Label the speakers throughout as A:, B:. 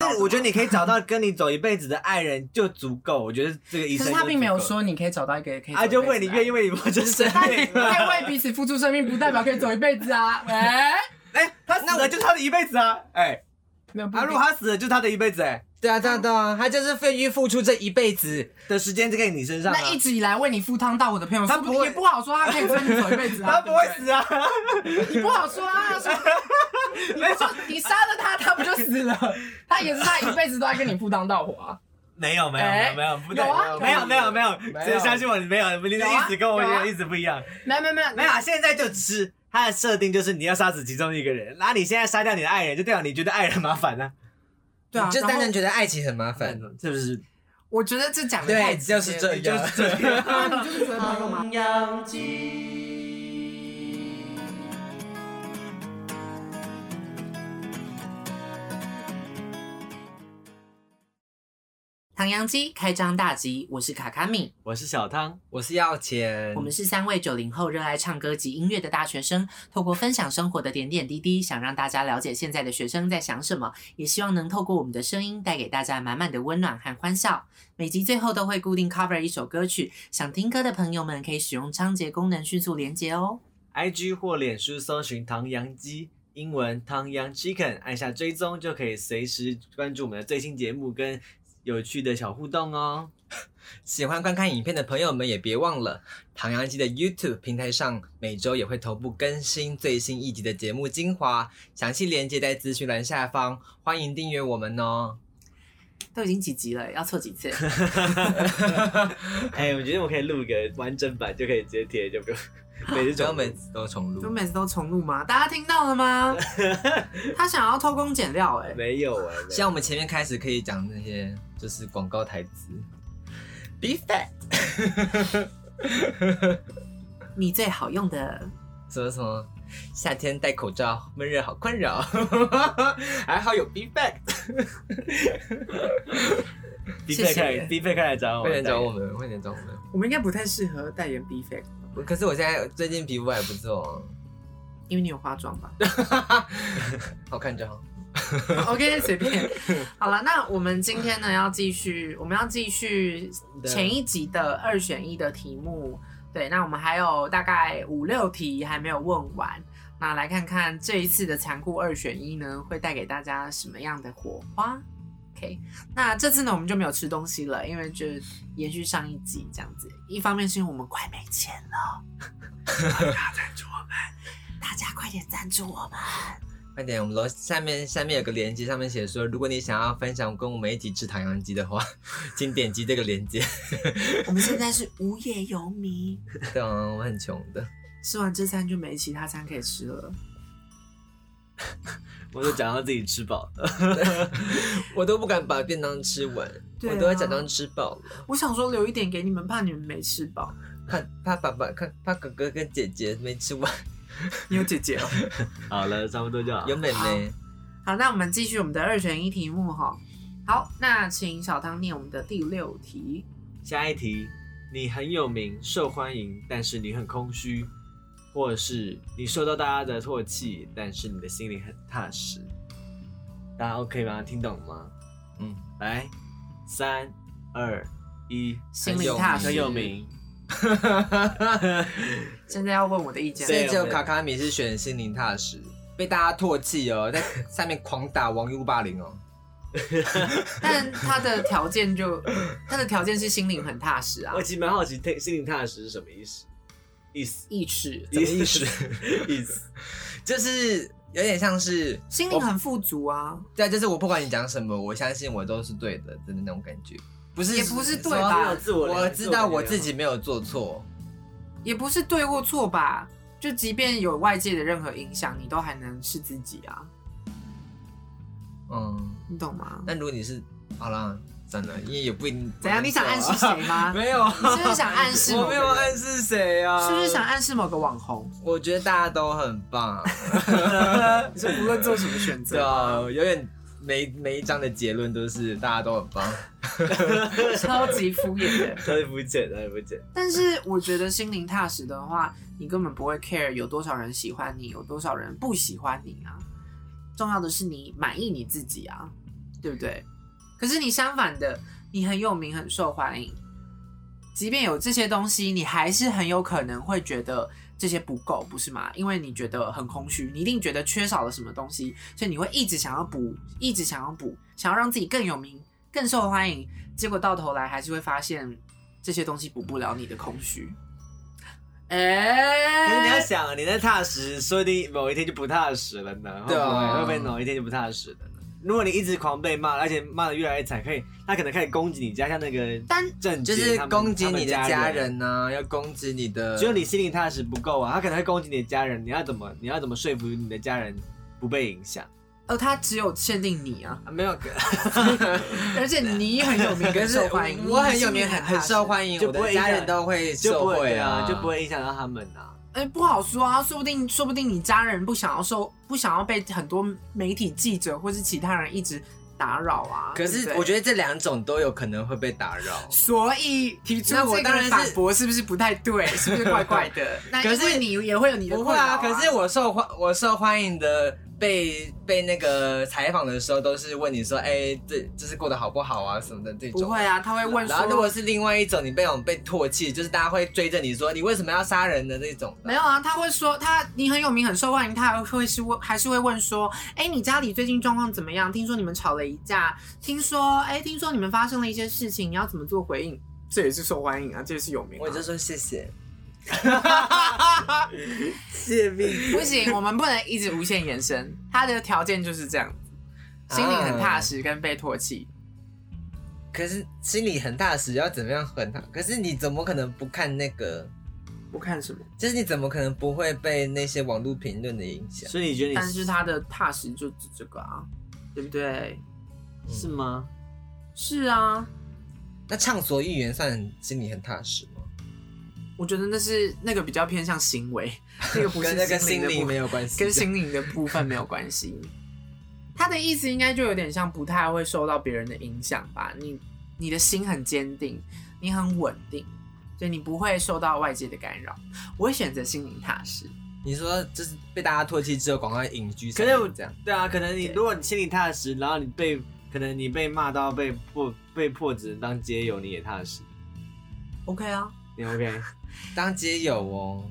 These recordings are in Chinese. A: 但我觉得你可以找到跟你走一辈子的爱人就足够，我觉得这个医
B: 可
A: 生
B: 是
A: 就
B: 他并没有
A: 足够，
B: 说你可以找到一个可以走一辈子的爱人。
A: 他就问你愿意为你我这生
B: 但
A: 命吗？
B: 但为彼此付出生命，不代表可以走一辈子啊！喂，
A: 哎，他死了就是他的一辈子啊！哎，
B: 没有不一
A: 啊，如
B: 定
A: 果他死了就是他的一辈子哎
C: 对啊，对啊，对啊，他就是愿意付出这一辈子。
A: 的时间就在你身上啊，
B: 那一直以来为你赴汤蹈火的朋友，
A: 他
B: 是是
A: 不会
B: 也不好说他可以跟你走一辈子啊，
A: 他不会
B: 对对
A: 死啊！
B: 你不好说啊，他说
A: 没有
B: 你杀了他，他不就死了？他也是他一辈子都在跟你赴汤蹈火啊。
A: 没有没有没
B: 哎
A: 有没有不对
B: 有啊，
A: 没有没有没有，
C: 没有
A: 只有相信我，没有你的
B: 有
A: 意
B: 啊
A: 思跟我
B: 有啊
A: 的意思不一样。
B: 没有没有没有
A: 没有，啊，现在就只是他的设定就是你要杀死其中一个人，那你现在杀掉你的爱人，就代表你觉得爱人麻烦呢，
B: 对啊，
C: 就
B: 然
C: 单
B: 后
C: 纯觉得爱情很麻烦。
A: 是不是？
B: 我觉得这讲的
C: 对，就是这
A: 就
C: 样
A: 是。这样。
B: 啊，你就是觉得朋友吗？
D: 唐扬鸡开张大吉，我是卡卡米，
A: 我是小汤，
C: 我是要钱
D: 我，们是三位九零后热爱唱歌及音乐的大学生，透过分享生活的点点滴滴，想让大家了解现在的学生在想什么，也希望能透过我们的声音带给大家满满的温暖和欢笑。每集最后都会固定 cover 一首歌曲，想听歌的朋友们可以使用章节功能迅速连接哦。
A: IG 或脸书搜寻唐扬鸡，英文唐扬 Chicken，按下追踪就可以随时关注我们的最新节目跟有趣的小互动哦。
C: 喜欢观看影片的朋友们也别忘了，唐扬鸡的 YouTube 平台上每周也会同步更新最新一集的节目精华，详细链接在资讯栏下方，欢迎订阅我们哦。
D: 都已经几集了，要错几 次？
A: 哎、我觉得我可以录一个完整版，就可以直接贴，就不 用每次
C: 不要
A: 转
C: 每次都重
D: 我
C: 录，
D: 每次都重录吗？大家听到 了吗？他想要偷工减料哎、
A: 没有哎、没有
C: 像我们前面开始可以讲那些就是广告台词，Be fat
D: 你最好用的
C: 什么什么，夏天戴口罩闷热好困扰， 还好有 Be fat，
A: 逼
D: 谢
A: 费
D: 谢
A: 快来，逼费快来
B: 哦
A: 找我
C: 快
A: 们，
C: 点找我们，快点找我们。
B: 我们应该不太适合代言 B fake，
C: 我可是我现在最近皮肤还不错、
D: 因为你有化妆吧
C: 哦，好看就好。
D: ？OK，随便。好了，那我们今天呢要继续，我们要继续前一集的二选一的题目。对，那我们还有大概五六题还没有问完，那来看看这一次的残酷二选一呢会带给大家什么样的火花？OK，那这次呢我们就没有吃东西了，因为就延续上一集这样子。一方面是因为我们快没钱了， 大家快点赞助我们。
C: 快点，我们楼下面下面有个链接，上面写说，如果你想要分享跟我们一起吃唐扬鸡的话， 请点击这个链接。
D: 我们现在是无业游民，
C: 对啊，我很穷的，
D: 吃完这餐就没其他餐可以吃了。
A: 我都讲到自己吃饱了，
C: 我都不敢把便当吃完，
D: 对啊
C: 我都要假装吃饱了，
D: 我想说留一点给你们，怕你们没吃饱。
C: 怕怕爸爸看怕哥哥跟姐姐没吃完，
D: 你有姐姐哦。
A: 好了，差不多就好。
C: 有妹妹。
D: 啊好，那我们继续我们的二选一题目哈。好，那请小汤念我们的第六题。
A: 下一题，你很有名、受欢迎，但是你很空虚，或者是你受到大家的唾弃，但是你的心里很踏实。大家 OK 吗？听懂吗？
C: 嗯，
A: 来，三、二、一，
D: 心里踏实
A: 很有名。
D: 现在要问我的意见
C: 所
A: 对
D: 了。
C: 以只有
A: 我们
C: 卡卡米是选心灵踏实，被大家唾弃哦， 在下面狂打网友霸凌哦。
D: 但他的条件就，他的条件是心灵很踏实啊
A: 我，其实蛮好奇，听心里踏实是什么意思？意思？
D: 意识，
C: 什么意思？
A: 意思？
C: 就是有点像是
D: 心灵很富足啊。
C: 对，就是我不管你讲什么，我相信我都是对的的那种感觉，不是
D: 也不是对
C: 说
D: 吧
A: 没有自我了解
C: 我知道我自己没有做错，
D: 也不是对或错吧，就即便有外界的任何影响，你都还能是自己啊，
C: 嗯，
D: 你懂吗？
C: 但如果你是好啦，算了，因为也不一定
D: 怎样？你想暗示谁吗？
C: 没有啊，
D: 你是不是想暗示某
C: 我
D: 个
C: 没
D: 人
C: 有暗示谁啊，
D: 是不是想？暗示某个网 红？
C: 我觉得大家都很棒，啊
D: 你说无论做什么选
C: 对
D: 择，
C: 啊，永远每每一章的结论都是大家都很棒，
D: 超级敷衍的。
A: 太肤浅，太肤浅。
D: 啊但是我觉得心灵踏实的话，你根本不会 care 有多少人喜欢你，有多少人不喜欢你啊。重要的是你满意你自己啊，对不对？可是你相反的，你很有名，很受欢迎，即便有这些东西，你还是很有可能会觉得这些不够，不是吗？因为你觉得很空虚，你一定觉得缺少了什么东西，所以你会一直想要补，一直想要补，想要让自己更有名、更受欢迎，结果到头来还是会发现这些东西补不了你的空虚。哎、
A: 可是你要想，啊你在踏实，说不定某一天就不踏实了呢。
C: 对啊
A: 会不会会不会某一天就不踏实了呢？如果你一直狂被骂，而且骂的越来越惨，可以他可能开始攻击你家，像那个
D: 但
A: 正
C: 就是攻击你的
A: 家
C: 家。人呢、要攻击你的，
A: 只有你心里踏实不够啊，他可能会攻击你的家人，你要怎么你要怎么说服你的家人不被影响？
D: 呃，它只有限定你啊，
A: 啊、没 有，
D: 而且你很有名，
C: 可
D: 很
C: 是
D: 受欢迎，
C: 我很有名，很很受
D: 迎。
C: 欢迎，
A: 就
C: 我
A: 不会
C: 的
A: 影响
C: 家人都会
A: 就
C: 受
A: 不会
C: 惠
A: 对
C: 啊，
A: 就不会影响到他们啊。
D: 哎、不好说啊，说不定，说不定你家人不想要受，不想要被很多媒体记者或是其他人一直打扰啊。
C: 可是我觉得这两种都有可能会被打扰。
D: 得，所以提出
C: 那我
D: 这
C: 当
D: 个
C: 然是
D: 反驳是不是不太对？是不是怪怪 的？那
C: 可是
D: 因为你也会有你的
C: 不
D: 困
C: 会
D: 扰
C: 啊，可是我受欢我受欢迎的被被那个采访的时候，都是问你说，哎、这这是过得好不好啊什么的这种。
D: 不会啊，他会问
C: 然后如
D: 说
C: 果是另外一种，你被我们被唾弃，就是大家会追着你说你为什么要杀人的那种。
D: 没有啊，他会说他你很有名很受欢迎，他还会是问还是会问说，哎、你家里最近状况怎么样？听说你们吵了一架，听说哎、听说你们发生了一些事情，你要怎么做回应？这也是受欢迎啊，这也是有名、啊。
C: 我就说谢 谢。谢命。
D: 不行，我们不能一直无限延伸。他的条件就是这样，心里很踏实跟被唾弃。
C: 可是心里很踏实，要怎么样很踏？可是你怎么可能不看那个？
D: 不看什么，
C: 就是你怎么可能不会被那些网络评论的影响？
A: 所以你觉得你
D: 但是他的踏实就指这个啊，对不对？
A: 是吗？
D: 是啊，
C: 那畅所欲言算很心里很踏实吗？
D: 我觉得那是那个比较偏向行为，那个不是
C: 跟那个
D: 心
C: 心
D: 灵的
C: 理没
D: 部分，
C: 有关系，
D: 跟心灵的部分没有关系。 他的意思应该就有点像不太会受到别人的影响吧？你你的心很坚定，你很稳定，所以你不会受到外界的干扰。我会选择心灵踏实。
C: 你说就是被大家唾弃之后，赶快隐居，
A: 可是我
C: 这样，
A: 对啊，可能你
D: 对
A: 如果你心里踏实，然后你被可能你被骂到被迫被迫只能当街友，你也踏实，
D: OK 啊，
A: 你 OK？
C: 当街友哦。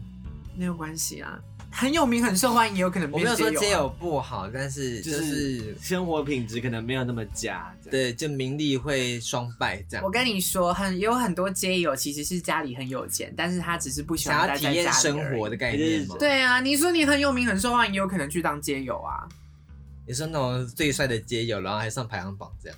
D: 没有关系啊，很有名很受欢迎，也有可能
C: 我
D: 变
C: 没有说
D: 啊
C: 街友不好，但是就
A: 就是是生活品质可能没有那么佳，这样
C: 对，啊就名利会双败这
D: 我
C: 样。
D: 跟你说，很有很多街友其实是家里很有钱，但是他只是不喜
C: 想
D: 欢待
C: 要
D: 在
C: 体
D: 家
C: 验
D: 里
C: 生
D: 而已
C: 活。的概念吗？
D: 对啊，你说你很有名很受欢迎，也有可能去当街友啊，
C: 你说那种最帅的街友，然后还上排行榜这样，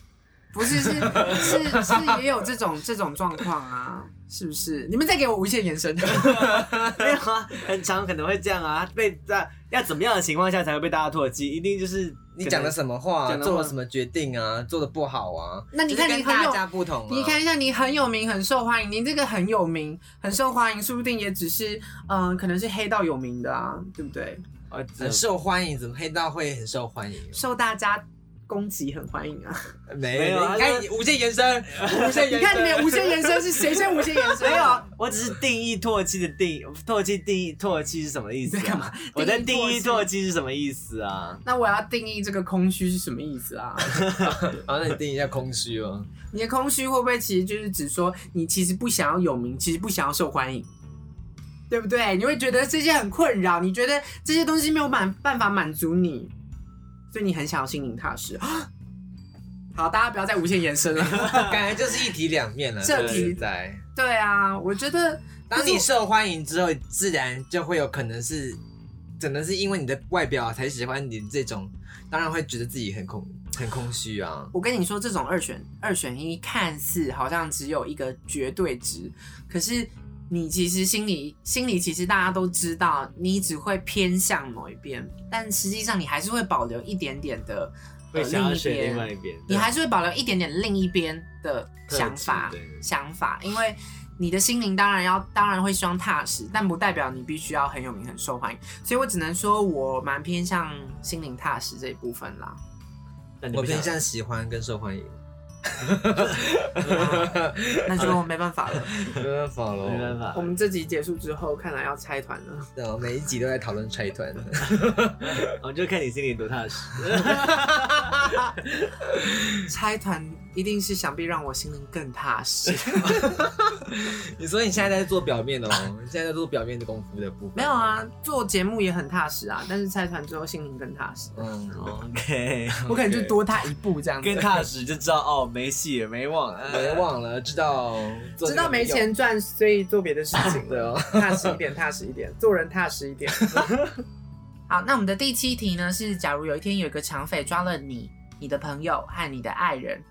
D: 不是是是是也有这种这种状况啊，是不是？你们再给我无限 延 伸。
A: 没有啊，很常可能会这样啊，被在要怎么样的情况下才会被大家唾弃？一定就是
C: 你讲了
A: 么？
C: 什么话、
A: 讲的话
C: 做了什么决定啊？做的不好啊？
D: 那你看
C: 就是
D: 你
C: 跟
D: 很
C: 大
D: 有
C: 家不同、啊，
D: 你看一下，你很有名，很受欢迎，你这个很有名，很受欢迎，说不定也只是嗯、可能是黑道有名的啊，对不对？
A: 哦
C: 很受欢迎，怎么黑道会很受欢迎？啊
D: 受大家攻击很欢迎啊。
C: 没
A: 没有啊
C: 你看无限延 伸，无限
D: 你
C: 延
D: 看你
C: 伸，
D: 们有无限延伸是谁先无限延伸？
A: 没有啊，我只是定义唾弃的定，唾弃定义唾弃是什么意思、啊？
D: 你在干嘛
A: 我在定
D: 定义
A: 义唾
D: 唾弃
A: 弃是什么意思啊？
D: 那我要定义这个空虚是什么意思啊？
C: 好，那你定一下空虚 哦。
D: 你的空虚会不会其实就是指说你其实不想要有名，其实不想要受欢迎，对不对？你会觉得这些很困扰，你觉得这些东西没有满办法满足你，所以你很想要心灵踏实。 好，大家不要再无限延伸了。
C: 感觉就是一体两面了。
D: 这
C: 对
D: 题
C: 现在，
D: 对啊，我觉得
C: 当你受欢迎之后，自然就会有可能是，可能是因为你的外表才喜欢你这种，当然会觉得自己很空很空虚啊。
D: 我跟你说，这种二选二选一，看似好像只有一个绝对值，可是你其实心里心里其实大家都知道，你只会偏向某一边，但实际上你还是会保留一点点的、
A: 会
D: 呃、
A: 想要
D: 另一
A: 选另
D: 边，
A: 外一边，
D: 你还是会保留一点点另一边的想法
A: 特质对
D: 想法，因为。你的心灵当然要，当然会希望踏实，但不代表你必须要很有名、很受欢迎。所以我只能说，我蛮偏向心灵踏实这一部分啦。
A: 但你
C: 我
A: 不想
C: 偏向喜欢跟受欢迎，
D: 那就没办法了。
C: 没办法喽，
A: 没办法
D: 我。们这集结束之后，看来要拆团了。
C: 对啊，每一集都在讨论拆团。
A: 我们就看你心里多踏实。
D: 拆团一定是想必让我心灵更踏 实。
C: 你说你现在在做表面哦，你现在在做表面的功夫的部分。
D: 没有，啊，做节目也很踏实啊，但是拆团之后心灵更踏实。
C: 嗯，
D: 哦
A: OK，
D: 我可能就多踏一步这样子
A: 更。踏实就知道哦，没戏了，没忘哎了，
C: 别忘了，知 道做这个
D: 知道没
C: 用
D: 钱赚，所以做别的事情
C: 对哦
D: 了。踏实一点，踏实一点， 做人踏实一点。好，那我们的第七题呢是：假如有一天有一个抢匪抓了你、你的朋友和你的爱人，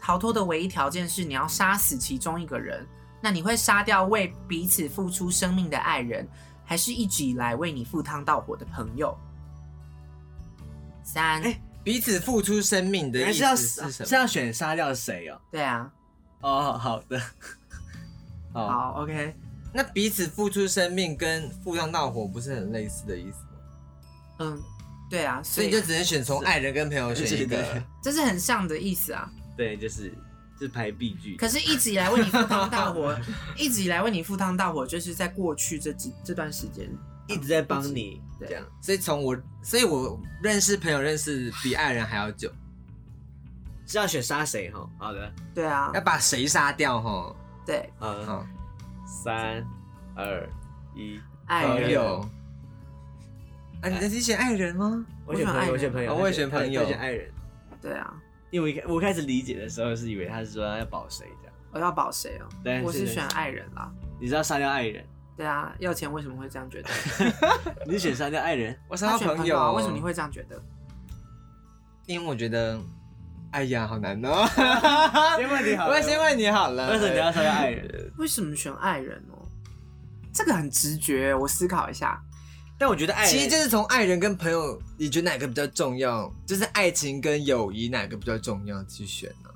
D: 逃脱的唯一条件是你要杀死其中一个人，那你会杀掉为彼此付出生命的爱人，还是一直以来为你赴汤蹈火的朋友？三，
A: 哎
C: 彼此付出生命的
A: 还
C: 意
A: 是要
C: 思是
D: 啊
C: 什
A: 是
C: 么？
A: 要选杀掉谁哦？
D: 对啊，
A: 哦，好的，好，
D: 好，OK，
C: 那彼此付出生命跟赴汤蹈火不是很类似的意思吗？
D: 嗯，对啊，所
C: 所以
D: 以
C: 你就只能选从爱人跟朋友选一
A: 对对
C: 个
A: 对。
D: 这是很像的意思啊。
A: 对，就是就是排 B 剧，
D: 可是，一直以来为你赴汤蹈火，一直以来为你赴汤蹈火，就是在过去这几这段时间，
A: 一直在帮你
D: 对
A: 这样。
C: 所以从我，所以我认识朋友认识比爱人还要久，
A: 是要选杀谁哈？好的，
D: 对啊
C: 要，把谁杀掉哦哈？
D: 对，
A: 嗯，
C: 好，
A: 三二一，
D: 爱
C: 朋
D: 人，
C: 友。啊，你在选爱人吗？
A: 我选朋友，我选朋友，
C: 哦我也选朋友
A: 我选爱人。
D: 对啊，
A: 因为我一开我开始理解的时候是以为他是说要保谁这样，
D: 我要保谁哦
A: 对？
D: 我
A: 是
D: 是
A: 的
D: 选爱人啦，
A: 你知道杀掉爱人，
D: 对啊，要钱为什么会这样觉得？
A: 你是选杀掉爱人，
C: 我杀
D: 选
C: 到朋
D: 友
C: 友
D: 啊，
C: 哦，
D: 为什么你会这样觉得？
C: 因为我觉得，哎呀，好难哦。
A: 先问你好了，
C: 我先问你好了，
A: 为什么你要杀掉爱人？
D: 为什么选爱人哦？这个很直觉，我思考一下。
A: 但我觉得爱人
C: 其实就是从爱人跟朋友，你觉得哪个比较重要？就是爱情跟友谊哪个比较重要去选呢、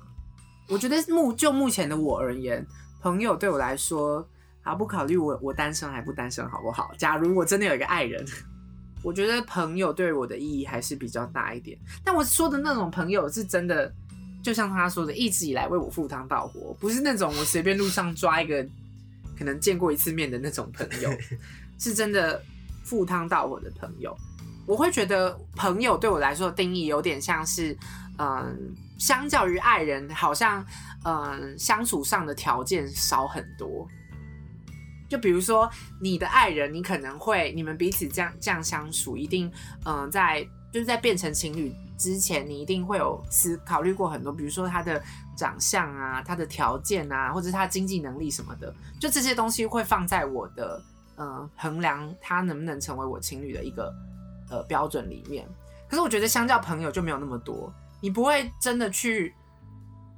D: 我觉得目就目前的我而言，朋友对我来说，啊，不考虑我我单身还不单身好不好？假如我真的有一个爱人，我觉得朋友对我的意义还是比较大一点。但我说的那种朋友是真的，就像他说的，一直以来为我赴汤蹈火，不是那种我随便路上抓一个可能见过一次面的那种朋友，是真的赴汤蹈火的朋友。我会觉得朋友对我来说的定义有点像是，嗯，相较于爱人，好像嗯相处上的条件少很多。就比如说你的爱人，你可能会你们彼此这样这样相处，一定嗯在就是在变成情侣之前，你一定会有思考虑过很多，比如说他的长相啊、他的条件啊，或者是他经济能力什么的，就这些东西会放在我的呃衡量他能不能成为我情侣的一个呃标准里面。可是我觉得相较朋友就没有那么多，你不会真的去，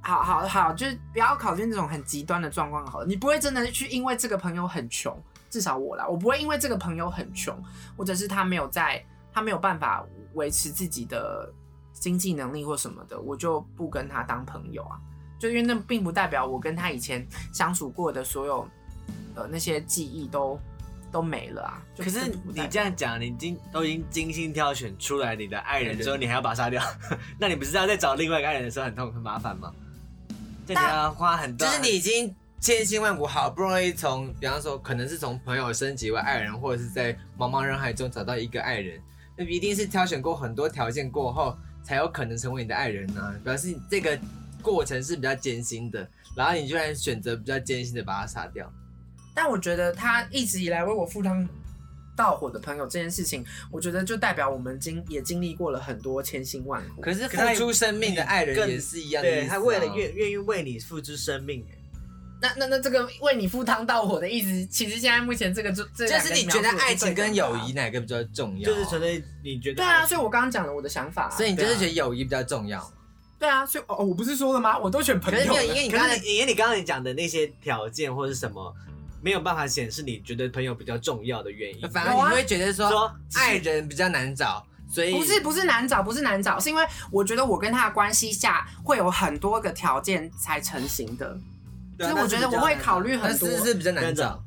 D: 好好好，就是不要考虑那种很极端的状况好了，你不会真的去因为这个朋友很穷，至少我啦，我不会因为这个朋友很穷，或者是他没有在，他没有办法维持自己的经济能力或什么的，我就不跟他当朋友啊，就因为那并不代表我跟他以前相处过的所有呃那些记忆都。都没了啊！就
A: 可是你
D: 不代表
A: 这样讲，你精都已经精心挑选出来你的爱人
C: 对
A: 之后，你还要把他杀掉， 那你不是要再找另外一个爱人的时候很痛很麻烦吗？这你要花很多，
C: 就是你已经千辛万苦，好不容易从，比方说，可能是从朋友升级为爱人，或者是在茫茫人海中找到一个爱人，那一定是挑选过很多条件过后，才有可能成为你的爱人呢、啊表示你这个过程是比较艰辛的，然后你居然选择比较艰辛的把他杀掉，
D: 但我觉得他一直以来为我赴汤蹈火的朋友这件事情，我觉得就代表我们经也经历过了很多千辛万苦。
C: 可是
A: 可
C: 付
A: 是他也
C: 出生命的爱人
A: 更
C: 也是一样的意
A: 对
C: 思啊、
A: 他为了愿愿意为你付出生命，哎
D: 那那那这个为你赴汤蹈火的意思，其实现在目前这个就这
C: 就
D: 两个
C: 是你觉得
D: 描述
C: 爱情跟
D: 对等
C: 友
D: 的啊
C: 谊哪个比较重要？啊
A: 就是纯粹你觉得
D: 对啊，所以我刚刚讲了我的想法啊、
C: 所以你就是
A: 对啊
C: 觉得友谊比较重要。
D: 对啊，所以哦，我不是说了吗？我都选朋
C: 可是
D: 友
C: 没
D: 了。
C: 有，因为你
A: 可
C: 刚才
A: 是你你刚刚你讲的那些条件或者是什么，没有办法显示你觉得朋友比较重要的原因。
C: 反而你会觉得说
A: 说
C: 爱人比较难找，所以
D: 不是不是难找，不是难找，是因为我觉得我跟他的关系下会有很多个条件才成型的，
A: 对啊
D: 所以我觉得我会考虑
C: 但
D: 很多
C: 是，是比较难找。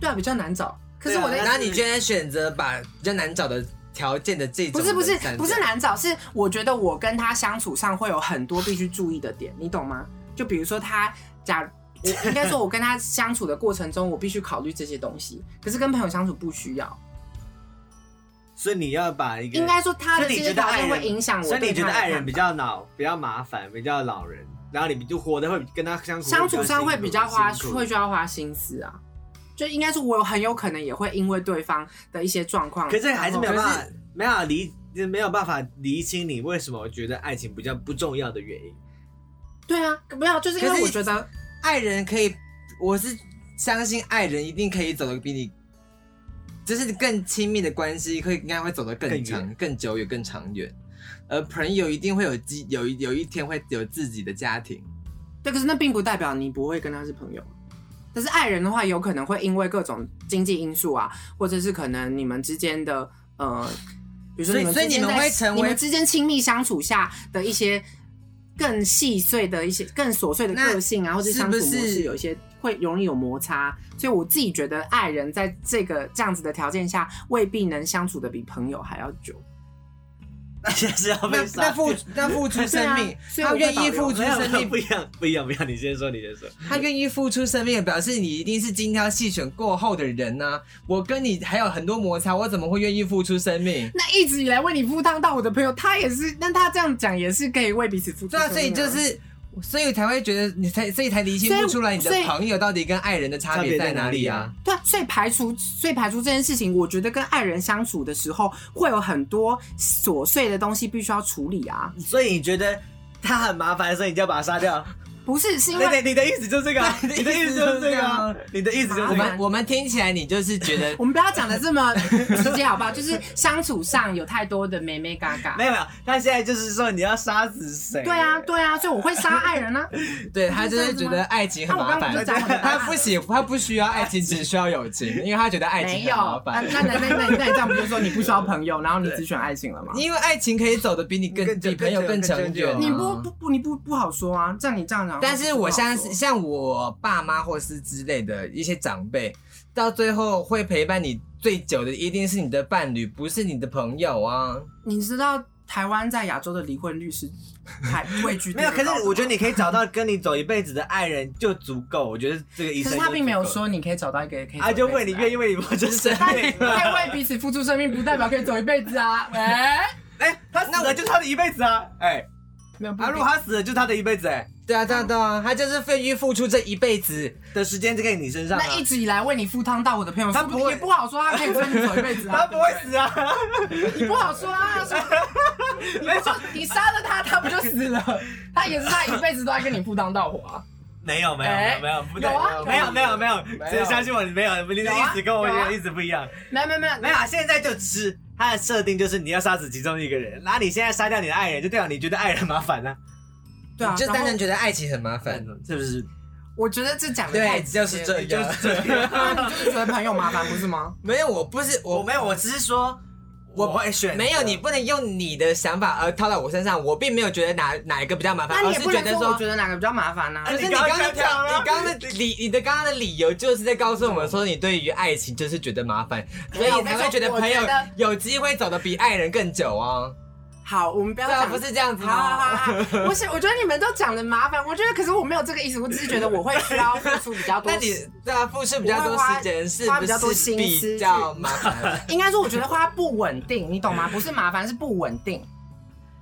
D: 对啊，比较难找。可是
A: 对啊
D: 我的
A: 那
C: 然后你今天选择把比较难找的条件的这种
D: 不是不是
C: 人散
D: 不是
C: 掉
D: 难找，是我觉得我跟他相处上会有很多必须注意的点，你懂吗？就比如说他假。我 应该说，我跟他相处的过程中，我必须考虑这些东西。可是跟朋友相处不需要。
A: 所以你要把一个
D: 应该说他的
A: 所
D: 这
A: 以你
D: 些
A: 觉得
D: 条
A: 爱
D: 件
A: 人
D: 会影响我
A: 所
D: 对
A: 以你觉
D: 他
A: 得
D: 的
A: 爱
D: 看
A: 人比
D: 法
A: 较老，比较麻烦，比较老人，然后你就活 得会比跟他相处
D: 相处上会比较花，
A: 辛苦
D: 会需要花心思啊。就应该是我有很有可能也会因为对方的一些状况，
A: 哦可是这个还是没有
D: 然后
A: 办法，没有办法理，没有办法理清你为什么觉得爱情比较不重要的原因。
D: 对啊，没有，就是因
C: 可
D: 为
C: 是
D: 我觉得
C: 爱人可以，我是相信爱人一定可以走得比你，就是更亲密的关系，会应该会走得
A: 更
C: 更
A: 远
C: 长、更久远、更长远。而朋友一定会有机，有一有一天会有自己的家庭。
D: 对，可是那并不代表你不会跟他是朋友。但是爱人的话，有可能会因为各种经济因素啊，或者是可能你们之间的呃，比如说
C: 所以
D: 你们
C: 所以
D: 之间
C: 你们
D: 在
C: 会成为
D: 你们之间亲密相处下的一些更细碎的一些更琐碎的
C: 那
D: 个性啊，或者
C: 是
D: 相
C: 不
D: 处模
C: 是
D: 式有一些会容易有摩擦。所以我自己觉得，爱人在这个这样子的条件下，未必能相处的比朋友还要久。
A: 那现在是要
C: 那
A: 被杀
C: 那付那付出生命，
D: 对啊所以我
C: 他
D: 会
C: 愿意
D: 保留
C: 付出
A: 没有
C: 生
A: 没有
C: 命
A: 不，一样， 不一样，不一样。你先说，你先说。
C: 他愿意付出生命，表示你一定是精挑细选过后的人呢、我跟你还有很多摩擦，我怎么会愿意付出生命？
D: 那一直以来为你赴汤蹈火的朋友，他也是，但他这样讲也是可以为彼此付出
C: 对
D: 生
C: 啊，
D: 命啊。
C: 所以就是，所以才会觉得你才，所以才厘清不出来你的
D: 所以所以
C: 朋友到底跟爱人的差别在哪里啊？
D: 对啊，所以排除，所以排除这件事情，我觉得跟爱人相处的时候，会有很多琐碎的东西必须要处理啊。
A: 所以你觉得他很麻烦，所以你就要把他杀掉？
D: 不是，是因
A: 对
D: 为
A: 对，你的意思就是这个啊，
C: 对
A: 你的意思就是这个啊
C: 意思就是这样，
A: 你的意思就是
C: 我
A: 这
D: 麻
A: 个
D: 烦
C: 们。我们听起来你就是 觉得
D: 我们不要讲的这么直接，好不好？就是相处上有太多的妹妹嘎嘎
A: 没。有没有，他现在就是说你要杀死谁？
D: 对啊，对啊，所以我会杀爱人啊。
C: 对他就是觉得爱情很麻
D: 那
C: 烦
D: 我刚刚就讲我的，答
C: 他
D: 案
C: 不喜他不需要爱情，只需要友情，因为他觉得爱
D: 没
C: 情
D: 有
C: 很麻，
D: 那
C: 烦。
D: 那那那那那你这样不就说你不需要朋友，然后你只选爱情了吗？
C: 因为爱情可以走得比你更
A: 更久
C: 比朋友更长
A: 更久
C: 远啊。
D: 你不不不，你不不好说啊。像你这样讲，
C: 但是我相
D: 不好
C: 信，
D: 说
C: 像我爸妈或是之类的一些长辈，到最后会陪伴你最久的，一定是你的伴侣，不是你的朋友啊。
D: 你知道台湾在亚洲的离婚率是 还位居第
A: 没有，
D: 二
A: 可
D: 高
A: 是
D: 的
A: 我觉得
D: 吗
A: 你可以找到跟你走一辈子的爱人就足够，我觉得这个医
D: 可
A: 生。
D: 是他并没有，说你可以找到一个可以，
A: 他啊就问你愿意。为你付出生命吗？
D: 太为彼此付出生命，不代表可以走一辈子 啊！喂，
A: 哎，他死了就是他的一辈子啊！哎，
D: 没有不一
A: 啊，如
D: 定
A: 果他死了就是他的一辈子，哎，
C: 对啊，对啊，
D: 嗯
C: 对啊，他就是愿意付出这一辈子。
A: 的时间就在你身上啊
D: 那一直以来为你赴汤蹈火的朋友，
A: 他
D: 是是
A: 不会
D: 也不好说他可以跟你走一辈子啊，
A: 他不会死 啊！
D: 你不好说 啊。说
A: 没有
D: 你杀了他，他不就死 了？他也是他一辈子都在跟你赴汤蹈火啊。
A: 没有没有没
D: 哎
A: 有没有不对
D: 有啊
A: 没有没有没有，只有相信我，没有你的意思跟我
D: 有啊
A: 意思不一样。
D: 没有没有没有
A: 没有，啊，现在就吃。他的设定就是你要杀死其中一个人，那你现在杀掉你的爱人，就代表你觉得爱人麻烦呢、
D: 对啊，
C: 就
D: 然
C: 单
D: 后嗯
C: 纯觉得爱情很麻烦。
A: 是不是？
D: 我觉得这讲的
C: 对，就是这
A: 就
C: 样。
A: 是这样。
D: 样，你就是觉得朋友麻烦不是吗？
C: 没有，我不是
A: 我
C: 我
A: 没有，我只是说我会选。
C: 没有，你不能用你的想法而套到我身上。我并没有觉得哪哪一个比较麻烦，
D: 那
C: 而
D: 你也
C: 是
D: 不
C: 觉
D: 能
C: 得
D: 说我
C: 说。
D: 觉得哪个比较麻烦呢？
C: 可是
A: 你
C: 你
A: 刚
C: 刚
A: 刚
C: 刚
A: 就
C: 的
A: 讲了
C: 条，你刚刚的理，你的刚刚的理由就是在告诉我们说，你对于爱情就是觉得麻烦，所以你才会觉得朋友
D: 我觉得
C: 有机会走得比爱人更久啊。
D: 好，我们不要
C: 对啊，
D: 讲
C: 不是这样子
D: 好好好
C: 吗？
D: 好， 不是，我觉得你们都讲的麻烦，我觉得可是我没有这个意思，我只是觉得我会需要付出比 较多
C: 那。你对啊，付出比较多时间是
D: 花比较
C: 不
D: 多
C: 是
D: 心思
C: 比较麻烦？
D: 应该说，我觉得花不稳定，你懂吗？不是麻烦，是不稳定。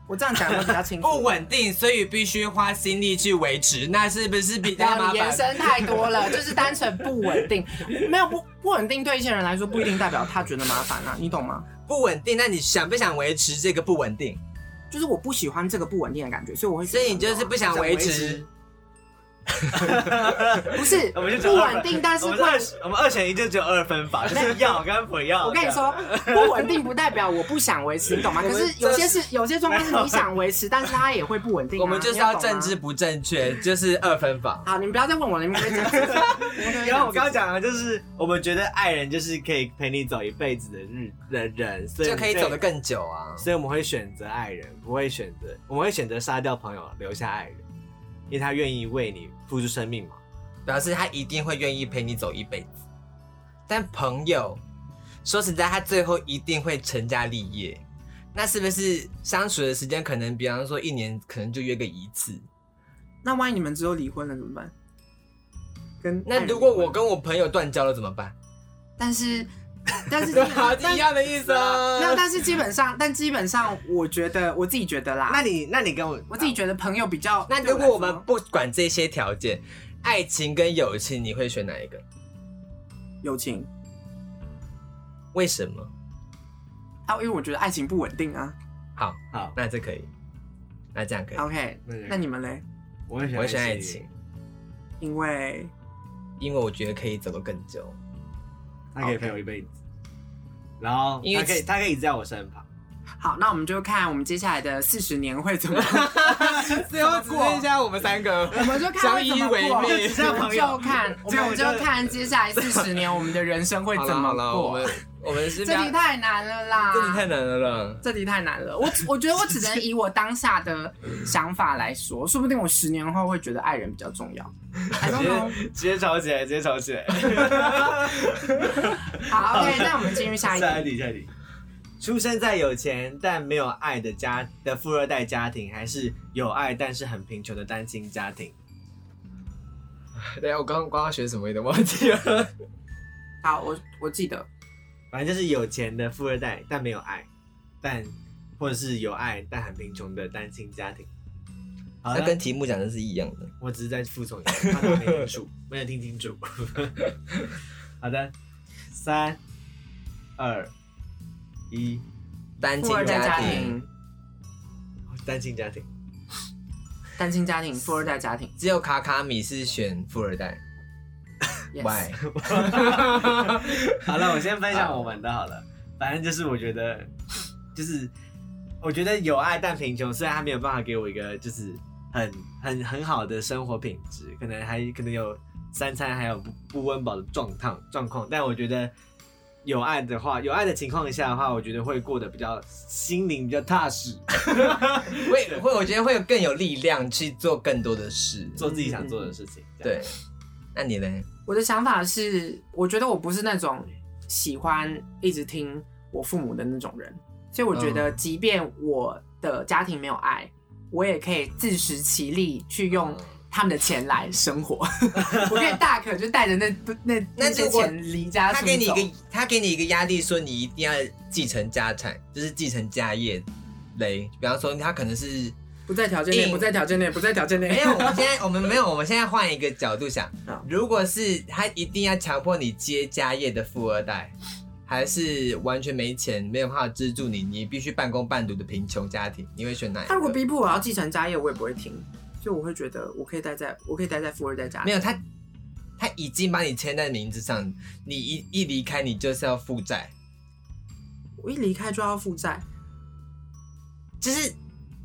D: 我这样讲会比较 清楚。
C: 不稳定，所以必须花心力去维持，那是不是比
D: 不要
C: 较 麻
D: 你延
C: 烦？
D: 伸太多了，就是单纯不稳定， 没有不不稳定，对一些人来说不一定代表他觉得麻烦啊，你懂吗？
C: 不稳定，那你想不想维持这个不稳定？
D: 就是我不喜欢这个不稳定的感觉，所以我会选
C: 所
D: 择
C: 以你就是不想维持，
D: 不是
A: 我们就只
D: 不
A: 有二
D: 稳定，但是
A: 我
D: 会
A: 们二我们二选一就只有二分法，就是要跟不要。
D: 我跟 你说，不稳定不代表我不想维持，你懂吗？
A: 我
D: 可
A: 们
D: 是有些是有些状况是你想维持，但是它也会不稳定、啊。
C: 我们就是
D: 你要
C: 要
D: 懂
C: 政
D: 吗
C: 治。不正确，就是二分法。
D: 好，你们不要再问我了，你们可以讲 自己。你们可以讲自己
A: 然后我刚刚讲的就是，我们觉得爱人就是可以陪你走一辈子的日的人，所以
C: 就可以走得
A: 的，
C: 更久啊！
A: 所以我们会选择爱人，不会选择，我们会选择杀掉朋友，留下爱人，因为他愿意为你付出生命嘛。
C: 表示他一定会愿意陪你走一辈子。但朋友，说实在，他最后一定会成家立业。那是不是相处的时间可能，比方说一年可能就约个一次？
D: 那万一你们之后离婚了怎么办？跟爱
C: 那
D: 人
C: 如果
D: 离婚
C: 我跟我朋友断交了怎么办？
D: 但是，但是
C: 对啊，
D: 但
C: 一 样的意思啊。
D: 没有，但是基本上，但基本上，我觉得我自己觉得啦，
A: 那你那你跟我
D: 我自己觉得朋友比较。
C: 那
D: 对
C: 如果我
D: 来
C: 们
D: 说
C: 不管这些条件，爱情跟友情，你会选哪一个？
D: 友情
C: 为什么？
D: 啊，因为我觉得爱情不稳定啊。
C: 好，
A: 好，
C: 那这可以，那这样可以。
D: OK，
A: 那就
D: 那你们嘞？
A: 我会选
C: 我会选爱情，，
D: 因为
C: 因为我觉得可以走得更久。
A: 他可以陪我一辈子，然后
C: 因
A: 他
C: 为
A: 可以
C: 其
A: 他可以在我身旁，
D: 好，那我们就看我们接下来的四十年会怎么。
C: 最后只剩下我们三个，
B: 我们就看
C: 相
B: 会怎
C: 依
B: 么
C: 为
B: 过
C: 命。
A: 只 剩
D: 我们
A: 朋
D: 就
A: 友。
D: 看，我
A: 这样
D: 们
A: 我
D: 就
A: 就
D: 看接下来四十年我们的人生会
C: 好
D: 怎
C: 了
D: 么
C: 好了，我
D: 过
C: 们。我们是
D: 这题
C: 太
D: 太难了啦！
C: 这里太难了啦。
D: 这题太难了，我只我觉得我只能以我当下的想法来说，说不定我十年后会觉得爱人比较重要。I don't
A: 直
D: know
A: 接直接吵起来，直接吵起来。
D: 好，OK，那我们进入下 一
A: 下一
D: 题。
A: 题，下一题。出生在有钱但没有爱的家的富二代家庭，还是有爱但是很贫穷的单亲家庭？
C: 对啊，我刚刚刚刚学什么有点忘记了。
D: 好，我我记得
A: 反正就是有钱的富二代但没有爱，但或者是有爱但很贫穷的单亲家庭。好
C: 那
A: 了
C: 跟，题目讲的是一样的。
A: 我只是在附送一下，他没听清楚，没有听清楚。 好的，三二一，
C: 单亲
D: 富二代
C: 家
D: 家
C: 庭
D: 庭，
A: 单亲家庭。
D: 单亲家庭，富二代家庭。
C: 只有卡卡米是选富二代。
D: Yes，
C: Why？
A: 好了，我先分享我们的好了。反正就是我觉得，就是我觉得有爱但贫穷，虽然他没有办法给我一个就是很很很好的生活品质，可能还可能有三餐还有不不温饱的状况状况，但我觉得有爱的话，有爱的情况下的话，我觉得会过得比较心灵比较踏 实，
C: 会会，我觉得会有更有力量去做更多的事。
A: 做自己想做的事情。这样
C: 对，那你呢？
D: 我的想法是，我觉得我不是那种喜欢一直听我父母的那种人，所以我觉得，
C: 嗯
D: 即便我的家庭没有爱，我也可以自食其力去用
C: 嗯
D: 他们的钱来 生活。我可以大可就带着那那
C: 那
D: 那
C: 如
D: 些
C: 果
D: 钱离家
C: 他
D: 出
C: 给你一
D: 走。
C: 个，他给你一个压力，说你一定要继承家产，就是继承家业。雷，比方说他可能是
D: 不在条件内，
C: 硬
D: 不在条件内，不在条件内。
C: 嗯 没有，我们现在我们没有，我们现在换一个角度想
D: 好，
C: 如果是他一定要强迫你接家业的富二代，还是完全没钱没有办法资助你，你必须半工半读的贫穷家庭，你会选哪一个？
D: 他如果逼迫我要继承家业，我也不会听，所以我会觉得我可以待在，我可以待在富二代家。
C: 没
D: 有，
C: 有他，他已经把你签在名字上，你一一离开，你就是要负债，
D: 我一离开就要负债，
C: 就是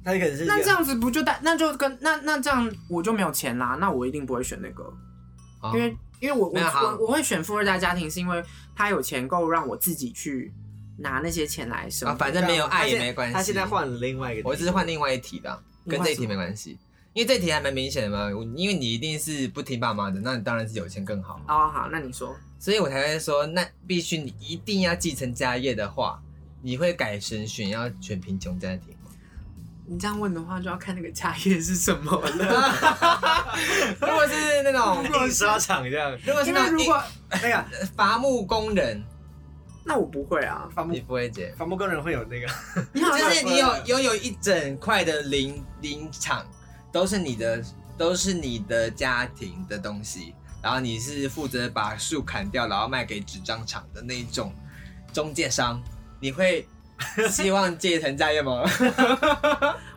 A: 他可能是
D: 那这样子不就带，那就跟那那这样我就没有钱啦，那我一定不会选那个，
C: 哦
D: 因为因为我
C: 没有好
D: 我我我会选富二代家庭，是因为他有钱够让我自己去拿那些钱来生活。
C: 啊，反正没有爱也没关系。
A: 他现在，换了另外一个，
C: 我只是换另外一题的，
D: 你
C: 跟
D: 换
C: 这一题
D: 什
C: 没
D: 么
C: 关系，因为这题还蛮明显的嘛。我因为你一定是不听爸妈的，那你当然是有钱更好，
D: 哦，好，那你说，
C: 所以我才会说，那必须你一定要继承家业的话，你会改成选要选贫穷家庭吗。
D: 你这样问的话，就要看那个家业是什 么了。
C: 如果是那种，
A: 印 刷厂这样。
C: 如果是
D: 因
C: 那
D: 为
C: 种
D: 如果
A: 那个
C: 一呃伐木工人，
D: 那我不会啊，
A: 伐木
C: 你不会接。
A: 伐木工人会有那个。
D: 你好
C: 就
D: 像
C: 是你有拥有一整块的林林场，都是你的，都是你的家庭的东西，然后你是负责把树砍掉，然后卖给纸张厂的那一种中介商，你会希望继承家业吗？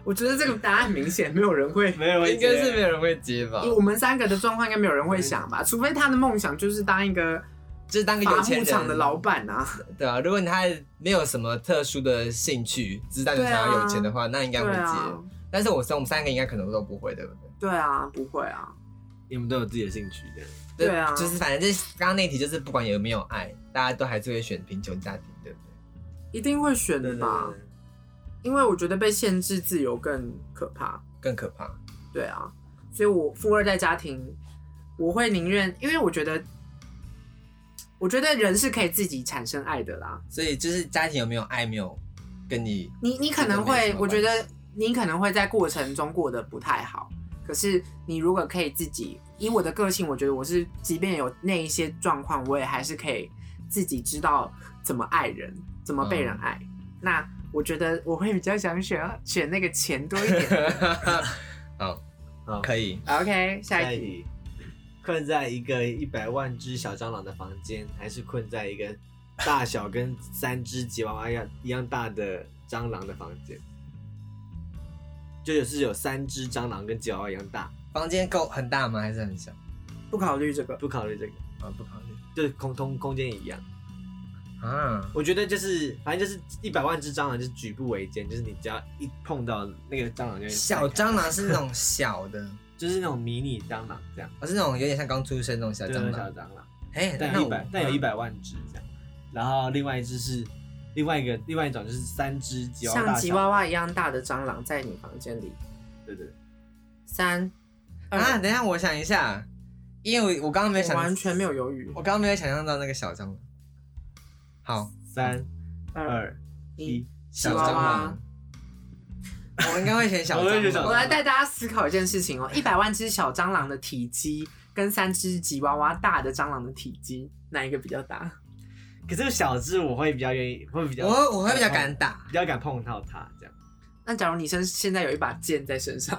D: 我觉得这个答案很明显，没有人会
A: 没有，
C: 应该是 没有人会接吧
D: 因为，我们三个的状况应该没有人会想吧，除非他的梦想就是当一个
C: 就是嗯当个有
D: 伐
C: 钱
D: 木厂
C: 人
D: 的老，板啊。
C: 对啊。如果你他没有什么特殊的兴趣，只是单纯想要有钱的话，那应该会
D: 啊对
C: 接。
D: 啊，
C: 但是我说我们三个应该可能都不会，对不对？
D: 对啊，不会啊。
A: 你们都有自己的兴趣的。
D: 对啊
C: 就是反正就是刚刚那题，就是不管有没有爱，大家都还是会选贫穷家庭，对不对？
D: 一定会选的
A: 对
D: 吧，因为我觉得被限制自由更可怕。
C: 更可怕。
D: 对啊，所以我富二代家庭，我会宁愿，因为我觉得我觉得人是可以自己产生爱的啦。
C: 所以就是家庭有没有爱，没有跟 你
D: 你你可能
C: 这个没
D: 会
C: 什，么
D: 我觉
C: 关
D: 得你可能会在过程中过得不太好，可是你如果可以自己，以我的个性，我觉得我是，即便有那一些状况，我也还是可以自己知道怎么爱人，怎么被人
C: 嗯
D: 爱。那我觉得我会比较想选选那个钱多 一点。
C: 好，
A: 好
C: 可以。
D: OK，下
A: 下
D: 一
A: 一
D: 题。
A: 题，困在一个一百万只小蟑螂的房间，还是困在一个大小跟三只吉娃娃一样一样大的蟑螂的房间？就是有三只蟑螂跟吉娃娃一样大，
C: 房间够很大吗？还是很小？
D: 不考虑这个，
A: 不考虑这个，
C: 啊，不考虑
A: 就是空通空间也一样。
C: 啊。
A: 我觉得就是反正就是一百万只蟑螂就是举步维艰，就是你只要一碰到那个蟑螂就会
C: 小蟑螂是那种小的，
A: 就是那种迷你蟑螂这样，
C: 而、是那种有点像刚出生那种小
A: 对，
C: 蟑
A: 小
C: 螂。
A: 蟑螂。
C: 哎，
A: 但
C: 那
A: 有一
C: 我
A: 百，但有一百万只这样。然后另外一只是另外一个另外一种就是三只吉娃娃大
D: 像
A: 小
D: 吉娃，娃一样大的蟑螂在你房间里，
A: 对对，对
D: 三
C: 啊，
D: 二，
C: 等一下，我想一下，因为我我刚刚没有
D: 我
C: 想，
D: 完全没有犹豫
C: 我。刚刚没有想象到那个小蟑螂。好，
A: 三
D: 二
A: 二
D: 一
A: 一，，
C: 小
D: 吉娃
C: 蟑
D: 娃
C: 螂，我应该会选小
A: 我会选
C: 蟑
A: 小
C: 螂。
D: 我来带大家思考一件事情哦，一百万只小蟑螂的体积跟三只吉娃娃大的蟑螂的体积，哪一个比较大？
A: 可是小只我会比较愿意，会比较
C: 我我会比较敢打
A: 比，较敢碰到它这样。
D: 那假如你身现在有一把剑在身上，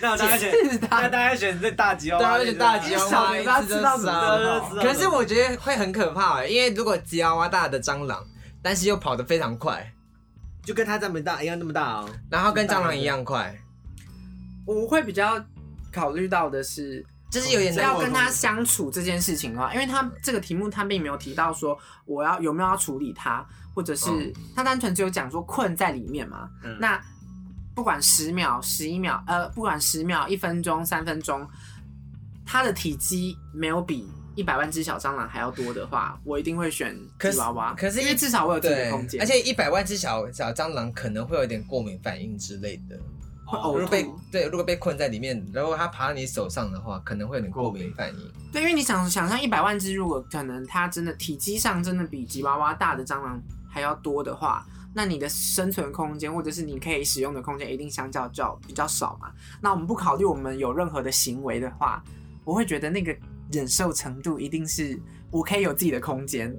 A: 那我大家选，
D: 是
A: 那
D: 的，
A: 大家选这大吉娃
C: 对
A: 娃，
C: 啊，选大吉娃娃，
D: 小尾巴
C: 一次就
D: 吃到
C: 死
D: 死
C: 啊
D: 的
A: 对对对
C: 可是我觉得会很可怕、欸，因为如果吉娃娃大的蟑螂，但是又跑得非常快，
A: 就跟它这么大一样那么大哦。
C: 然后跟蟑螂一样快，
D: 我会比较考虑到的是
C: 就是有点难
D: 要跟他相处这件事情的话，因为他这个题目他并没有提到说我要有没有要处理他，或者是、
C: 嗯
D: 他单纯只有讲说困在里面嘛。
A: 嗯
D: 那不管十秒、十一秒，呃，不管十秒、一分钟、三分钟，它的体积没有比一百万只小蟑螂还要多的话，我一定会选
C: 可
D: 吉
C: 是
D: 娃娃。
C: 可是
D: 因为至少我有自己的
C: 对
D: 空，间，
C: 而且一百万只小小蟑螂可能会有点过敏反应之类的。
D: 会
C: 如
D: 呕
C: 果
D: 吐
C: 被对，如果被困在里面，如果它爬到你手上的话，可能会有点过
A: 过
C: 敏
A: 敏
C: 反应。
D: 对，因为你想想象一百万只，如果可能它真的体积上真的比吉娃娃大的蟑螂还要多的话，那你的生存空间或者是你可以使用的空间一定相较较比较少嘛。那我们不考虑我们有任何的行为的话，我会觉得那个忍受程度一定是我可以有自己的空间，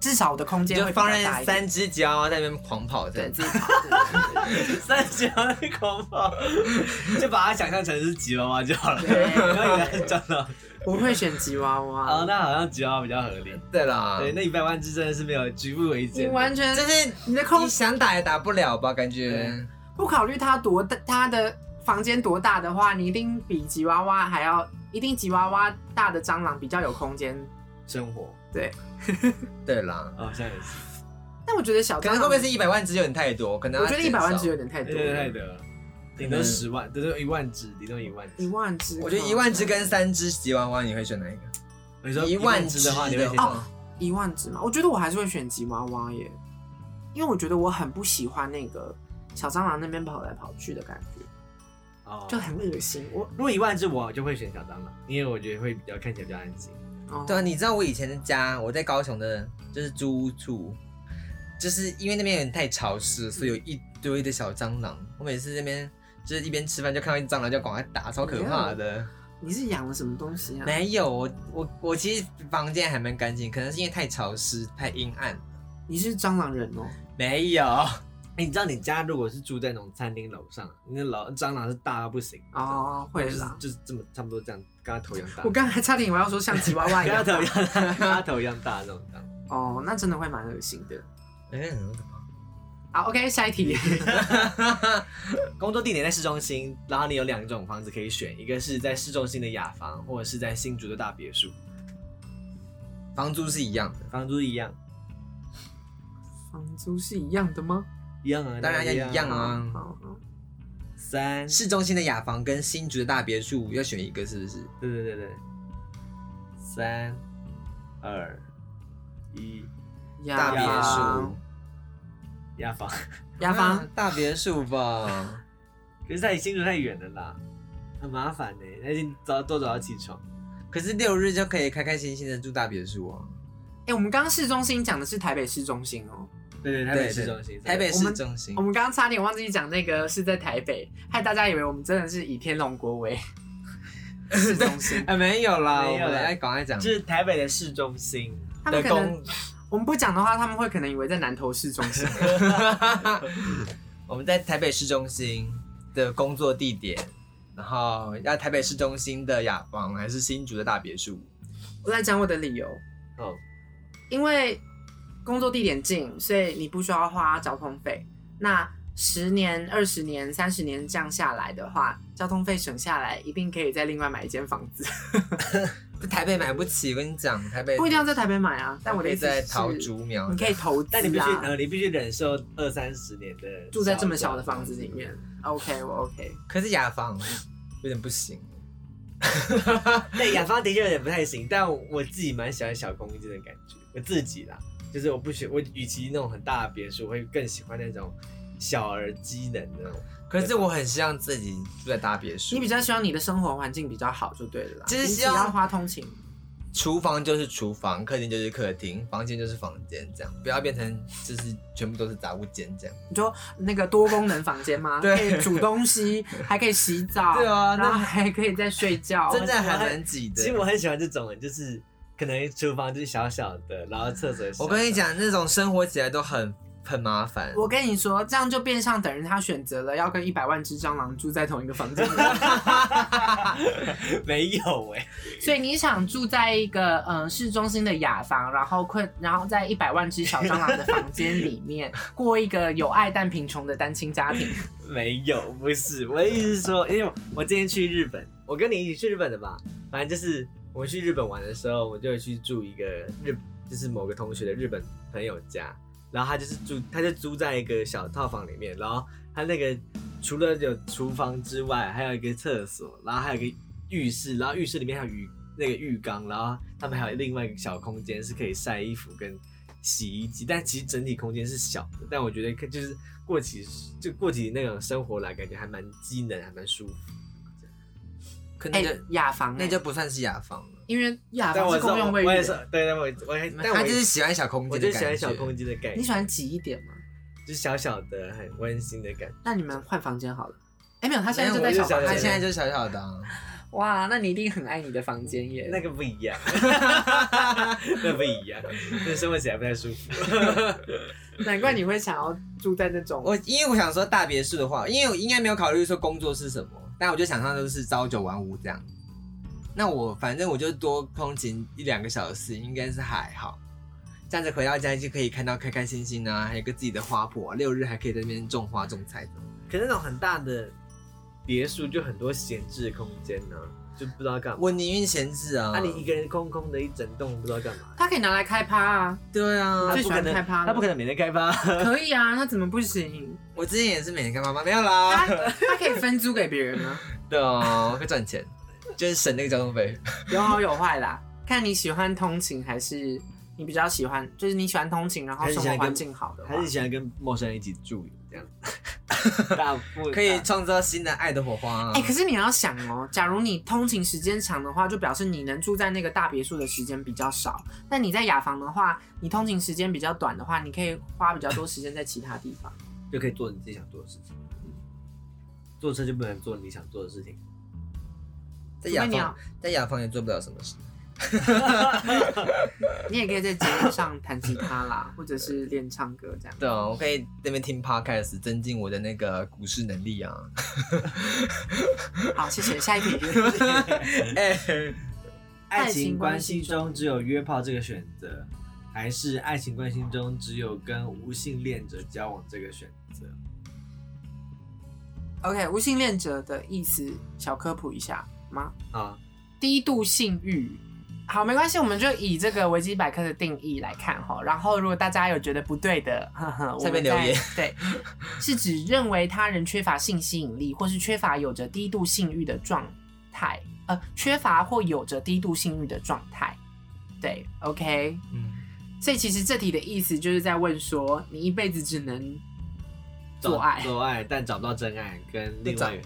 D: 至少我的空
C: 你
D: 间
C: 就
D: 会比较
C: 放
D: 大
C: 任
D: 一点
C: 三。只吉娃娃在那边狂跑这
D: 对
C: 样
D: 自
C: 子。
D: 己跑，对
A: 三吉娃娃的恐怖，就把它想象成是吉娃娃就好了，不
D: 对
A: 要以为它是蟑螂。
D: 我会选吉娃
A: 哦，
D: 娃。
A: 那好像吉娃娃比较合理。
C: 对啦，
A: 对，那一百万只真的是没有举步维
D: 你
A: 艰。
D: 完全
C: 就是
D: 你的空
C: 你想打也打不了吧？感觉
A: 对
D: 不考虑它多大，它的房间多大的话，你一定比吉娃娃还要，一定吉娃娃大的蟑螂比较有空间。
A: 生活
C: 对啦，
A: 哦，现在也是，
D: 但我觉得小
C: 可
D: 蟑
C: 能
D: 螂，
C: 会不会是一百万只有点太多？可能
D: 我
C: 要
D: 觉得一
C: 减
D: 百万
C: 少
D: 只有点太多
A: 对对对
D: 了，
A: 的，顶多十万，顶多一万只，顶多一万
D: 一
A: 只。
D: 万只，
C: 我觉得一万只跟三只吉娃娃，你会选哪一个？
A: 你说
C: 一
A: 万
C: 万
A: 只的哦话，你会
C: 的
A: 选
C: 话，
D: 一万只嘛，我觉得我还是会选吉娃娃耶，因为我觉得我很不喜欢那个小蟑螂那边跑来跑去的感觉，
A: 哦，
D: 就很恶心。我
A: 我如果一万只，我就会选小蟑螂，因为我觉得会比较看起来比较安静。
D: 哦
C: 对啊，你知道我以前的家，我在高雄的，就是租屋住，就是因为那边有点太潮湿，所以有一堆的小蟑螂。我每次那边就是一边吃饭就看到一只蟑螂，就赶快打，超可怕的。
D: 你是养了什么东西啊？
C: 没有，我我我其实房间还蛮干净，可能是因为太潮湿、太阴暗。
D: 你是蟑螂人哦，
C: 没有，
A: 哎，你知道你家如果是住在那种餐厅楼上，那老蟑螂是大到不行，
D: 哦，会
A: 就是
D: 啦。
A: 就是这么差不多这样，跟它头一样大，
D: 我刚才差点以为要说像吉娃娃 一
A: 跟 它
D: 样
A: 头一样大，跟它头一样 大那种蟑螂。
D: 哦，那真的会蛮恶心的。
C: 嗯，
D: 好，OK，下一题。
A: 工作地点在市中心，然后你有两种房子可以选，一个是在市中心的雅房，或者是在新竹的大别墅，
C: 房租是一样的，
A: 房租一样，
D: 房租是一样的吗？
A: 一样啊，
C: 当然要一样
A: 啊。
C: 啊。
D: 好好
A: 三，
C: 市中心的雅房跟新竹的大别墅要选一个，是不是？
A: 对对对对，三，二，一，
C: 大别墅
D: 房，。
A: 雅房。
D: 雅
C: 啊
D: 房，
C: 大别墅吧。
A: 可是在新竹太远了啦，很麻烦呢、而且早多早要起床。
C: 可是六日就可以开开心心的住大别墅哦。
D: 哎、我们刚刚市中心讲的是台北市中心哦，
A: 对对，台
C: 对
A: 北市
C: 对
A: 中心，
C: 台北
D: 我
C: 市
D: 们
C: 中心
D: 我，们刚刚差点忘记讲那个是在台北，害大家以为我们真的是以天龙 国为市中心。
C: 啊，没有啦，
A: 没
C: 我
A: 有
C: 们
A: 啦
C: 来赶快讲
A: 就是台北的市中心。
D: 他们
C: 的
D: 可能
C: 公，
D: 我们不讲的话，他们会可能以为在南投市中心。
C: 我们在台北市中心的工作地点，然后要台北市中心的雅房还是新竹的大别墅？
D: 我来讲我的理由，
A: 哦，
D: 因为工作地点近，所以你不需要花交通费。那十年、二十年、三十年这样下来的话，交通费省下来，一定可以再另外买一间房子，
C: 在台北买不起，我跟你讲，台北
D: 不一定要在台北买啊。但我的
C: 可以
D: 意思
C: 在
D: 是，嗯
C: 桃竹苗
D: 你，可以投资
A: 但你必须
D: 啊，
A: 呃，你必须忍受二三十年的
D: 住在这么小的房子里面。OK，我 OK。
C: 可是雅房 有点不行。
A: 对，雅芳的确有点不太行，但我自己蛮喜欢小空间的感觉，我自己啦，就是我不喜，我与其那种很大的别墅，我会更喜欢那种小而机能的那种。
C: 可是我很希望自己住在大别墅，
D: 你比较希望你的生活环境比较好就对了啦，
C: 就是
D: 你只
C: 希望
D: 要花通勤。
C: 厨房就是厨房，客厅就是客厅，房间就是房间，这样不要变成就是全部都是杂物间这样。
D: 你说那个多功能房间 吗？
C: 对
D: 可以煮东西，还可以洗澡，
C: 对啊那
D: 然后还可以在睡觉，
C: 真的还蛮挤的。
A: 其实我很喜欢这种，就是可能厨房就是小小的，然后厕所也小小的
C: 我跟你，讲，那种生活起来都很很麻烦。
D: 我跟你说，这样就变相等于他选择了要跟一百万只蟑螂住在同一个房间里。
A: 没有哎、
D: 所以你想住在一个嗯、呃市中心的雅房，然后困，然后在一百万只小蟑螂的房间里 面过一个有爱但贫穷的单亲家庭。
A: 没有，不是，我的意思是说，因为我之前去日本，我跟你一起去日本的吧，反正就是我们去日本玩的时候，我就去住一个日，就是某个同学的日本朋友家，然后他就是住，他就租在一个小套房里面，然后他那个除了有厨房之外，还有一个厕所，然后还有一个浴室，然后浴室里面还有浴那个浴缸，然后他们还有另外一个小空间是可以晒衣服跟洗衣机，但其实整体空间是小的，但我觉得可就是过起就过起那种生活来，感觉还蛮机能，还蛮舒服。
C: 可
D: 哎、
C: 那就、
D: 雅房、
C: 那就不算是雅房了，
D: 因为雅
A: 但
D: 啊房
A: 我
D: 是
A: 知道
D: 公用卫
A: 我
D: 浴
A: 也是，，对，但我我也但
C: 嗯他
A: 我
C: 就是喜欢小空
A: 我
C: 间
A: 就
C: 的
A: 喜欢小空
C: 间。
A: 间的概
D: 你
A: 念，
D: 喜欢挤一点吗？
A: 就小小的很温馨的感觉。
D: 那你们换房间好了。哎、没有，他现在就
C: 没
D: 在
A: 有
D: 小
A: 我就
D: 房
A: 想
C: 他
D: 间。
C: 现在就小小的、啊，
D: 哇，那你一定很爱你的房间耶。
A: 那个不一样， 那不一样，那生活起来不太舒服。
D: 难怪你会想要住在那种。
C: 我因为我想说大别墅的话，因为我应该没有考虑说工作是什么，但我就想象都是朝九晚五这样。那我反正我就多通勤一两个小时，应该是还好。这样子回到家就可以看到开开心心啊，还有一个自己的花圃、啊，六日还可以在那边种花种菜的。
A: 可是那种很大的别墅就很多闲置空间呢、就不知道干嘛。
C: 我宁愿闲置啊。
A: 那、你一个人空空的一整栋，不知道干嘛。
D: 他可以拿来开趴啊，
C: 对啊
A: 他，
D: 最喜
A: 不
D: 欢
A: 可能
D: 开趴了
A: 他不可能每天开 发。
D: 可以啊，那怎么不行？
C: 我之前也是每天看妈妈，没有啦。
D: 他他可以分租给别人啊，
C: 对哦，会赚钱，就是省那个交通费。
D: 有好有坏啦，看你喜欢通勤还是你比较喜欢，就是你喜欢通勤，然后
A: 还是
D: 生
A: 喜
D: 活
A: 欢
D: 环
A: 跟
D: 境好的话
A: 还，是喜欢跟陌生人一起住这样，大
D: 啊
A: 不
C: 可以创造新的爱的火花、啊。
D: 哎、可是你要想哦，假如你通勤时间长的话，就表示你能住在那个大别墅的时间比较少。那你在雅房的话，你通勤时间比较短的话，你可以花比较多时间在其他地方。
A: 就可以做你自己想做的事情。坐车就不能做你想做的事情，
C: 在
D: 除
C: 雅
D: 非你要
C: 芳，在雅芳也做不了什么事。
D: 你也可以在节目上弹吉他啦，或者是练唱歌这样。
C: 对啊，我可以在那边听 podcast，增进我的那个股市能力啊。
D: 好，谢谢，下一 题。
C: 哎、
A: 爱情关系中只有约炮这个选择，还是爱情关系中只有跟无性恋者交往这个选择？
D: OK，无性恋者的意思，小科普一下吗？
A: 啊，
D: 低度性欲。好，没关系，我们就以这个维基百科的定义来看哈。然后，如果大家有觉得不对的，呵呵，我们
C: 下面留
D: 再
C: 言。
D: 对，是指认为他人缺乏性吸引力，或是缺乏有着低度性欲的状态，呃，缺乏或有着低度性欲的状态。对，OK，
C: 嗯，
D: 所以其实这题的意思就是在问说，你一辈子只能
A: 找
D: 做爱
A: 做爱，但找不到真爱，跟另
C: 找
A: 外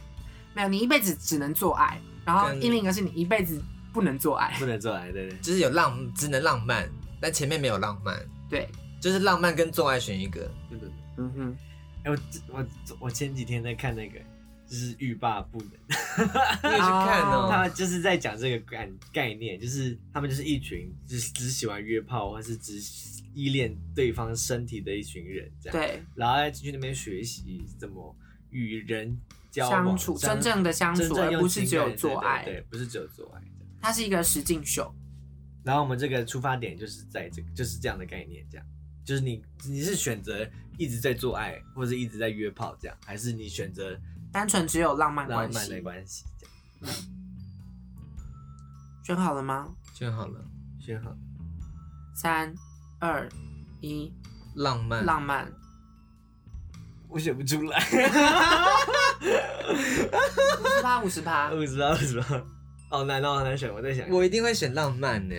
D: 没有，你一辈子只能做爱，然后
C: 跟
D: 另一个是你一辈子不能做爱。
A: 不能做爱，对不对？
C: 就是有浪，只能浪漫，但前面没有浪漫，
D: 对，
C: 就是浪漫跟做爱选一个。
D: 嗯哼，
A: 哎、我我我前几天在看那个，就是欲罢不能。
C: 你也去看 哦，
A: 他就是在讲这个概概念，就是他们就是一群就是只喜欢约炮，或是只依恋对方身体的一群人，这样。。
D: 对，
A: 然后再去那边学习怎么与人交往
D: 相处真正的相
A: 真
D: 处，
A: 正
D: 而
A: 用
D: 不是只有
A: 情感
D: 做爱
A: 对，对对不是只有做爱。这样
D: 它是一个实境秀。
A: 然后我们这个出发点就是在这个就是这样的概念，这样就是你你是选择一直在做爱，或者一直在约炮这样，还是你选择
D: 单纯只有浪漫
A: 浪
D: 关
A: 漫的
D: 系。
A: 关系这样？
D: 选好了吗？
C: 选好了，
A: 选好
D: 三、二、一，
C: 浪
A: 嗯
C: 漫，
D: 浪漫。
A: 我选不出来。
D: 五十趴，五十趴。
A: 我知道，我知道。好难哦，好难选。我在想，
C: 我一定会选浪漫呢、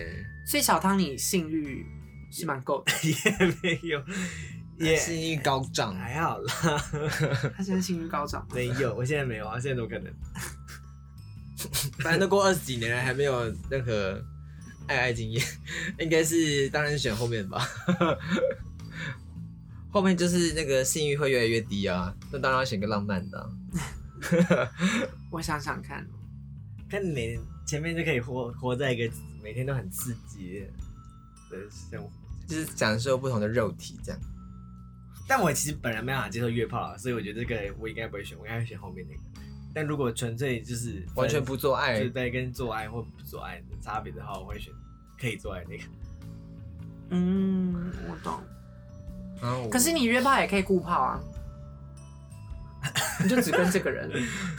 D: 所以小汤，你性欲是蛮够 的。
A: 也没有， 也
C: 性欲高涨，
A: 还好啦。
D: 他现在性欲高涨吗？
A: 没有，我现在没有啊，现在都可能。
C: 反正都过二十几年了，还没有任何爱爱经验， 应该是当然是选后面吧。 后面就是那个性欲会越来越低啊，那当然要选个浪漫的啊、
D: 我想想看，
A: 看你每前面就可以活活在一个每天都很刺激的生活。
C: 就是享受不同的肉体这样。
A: 但我其实本来没办法接受约炮啊，所以我觉得这个我应该不会选，我应该会选后面那个。但如果纯粹就是
C: 完全不做
A: 就
C: 爱
A: 是，在跟做爱或不做爱的差别的话，我会选可以做爱那个。
D: 嗯，我懂。
C: 然后我
D: 可是你约炮也可以顾 炮啊，你就只跟这个人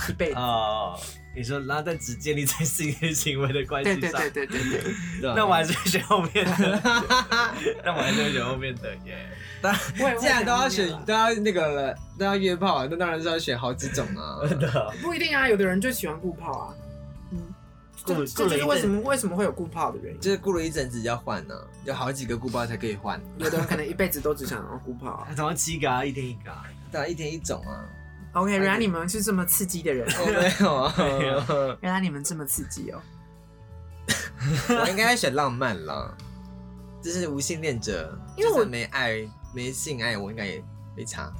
D: 一辈子。
A: 哦，你说，然后但只建立在性与行为的关系
D: 对
A: 上，
D: 对对对对 对，
C: 对啊
A: 那我还是会选后面的， 那我还是会选后面的耶。
C: 当
D: 我也
C: 然，
D: 会
C: 既然都要
D: 选
C: 选，都要那个了，都要约炮了，那当然是要选好几种 啊。
D: 不一定啊，有的人就喜欢顾炮啊。嗯，
A: 顾
D: 这这
A: 顾了
D: 就
A: 一
D: 是为什
A: 阵
D: 么为什么会有顾炮的原因。
C: 就是过了一阵子要换呢、有好几个顾包才可以换，
D: 有的人可能一辈子都只想要顾炮啊。
A: 总共七个啊，一天一个啊。
C: 对啊，一天一种 啊。
D: OK，原来你们是这么刺激的 人，
C: 我没有啊，
A: 没有
D: 原来你们这么刺激哦。
C: 我应该选浪漫啦，就是无性恋者，
D: 因为我
C: 就算没爱没性爱，我应该也没差。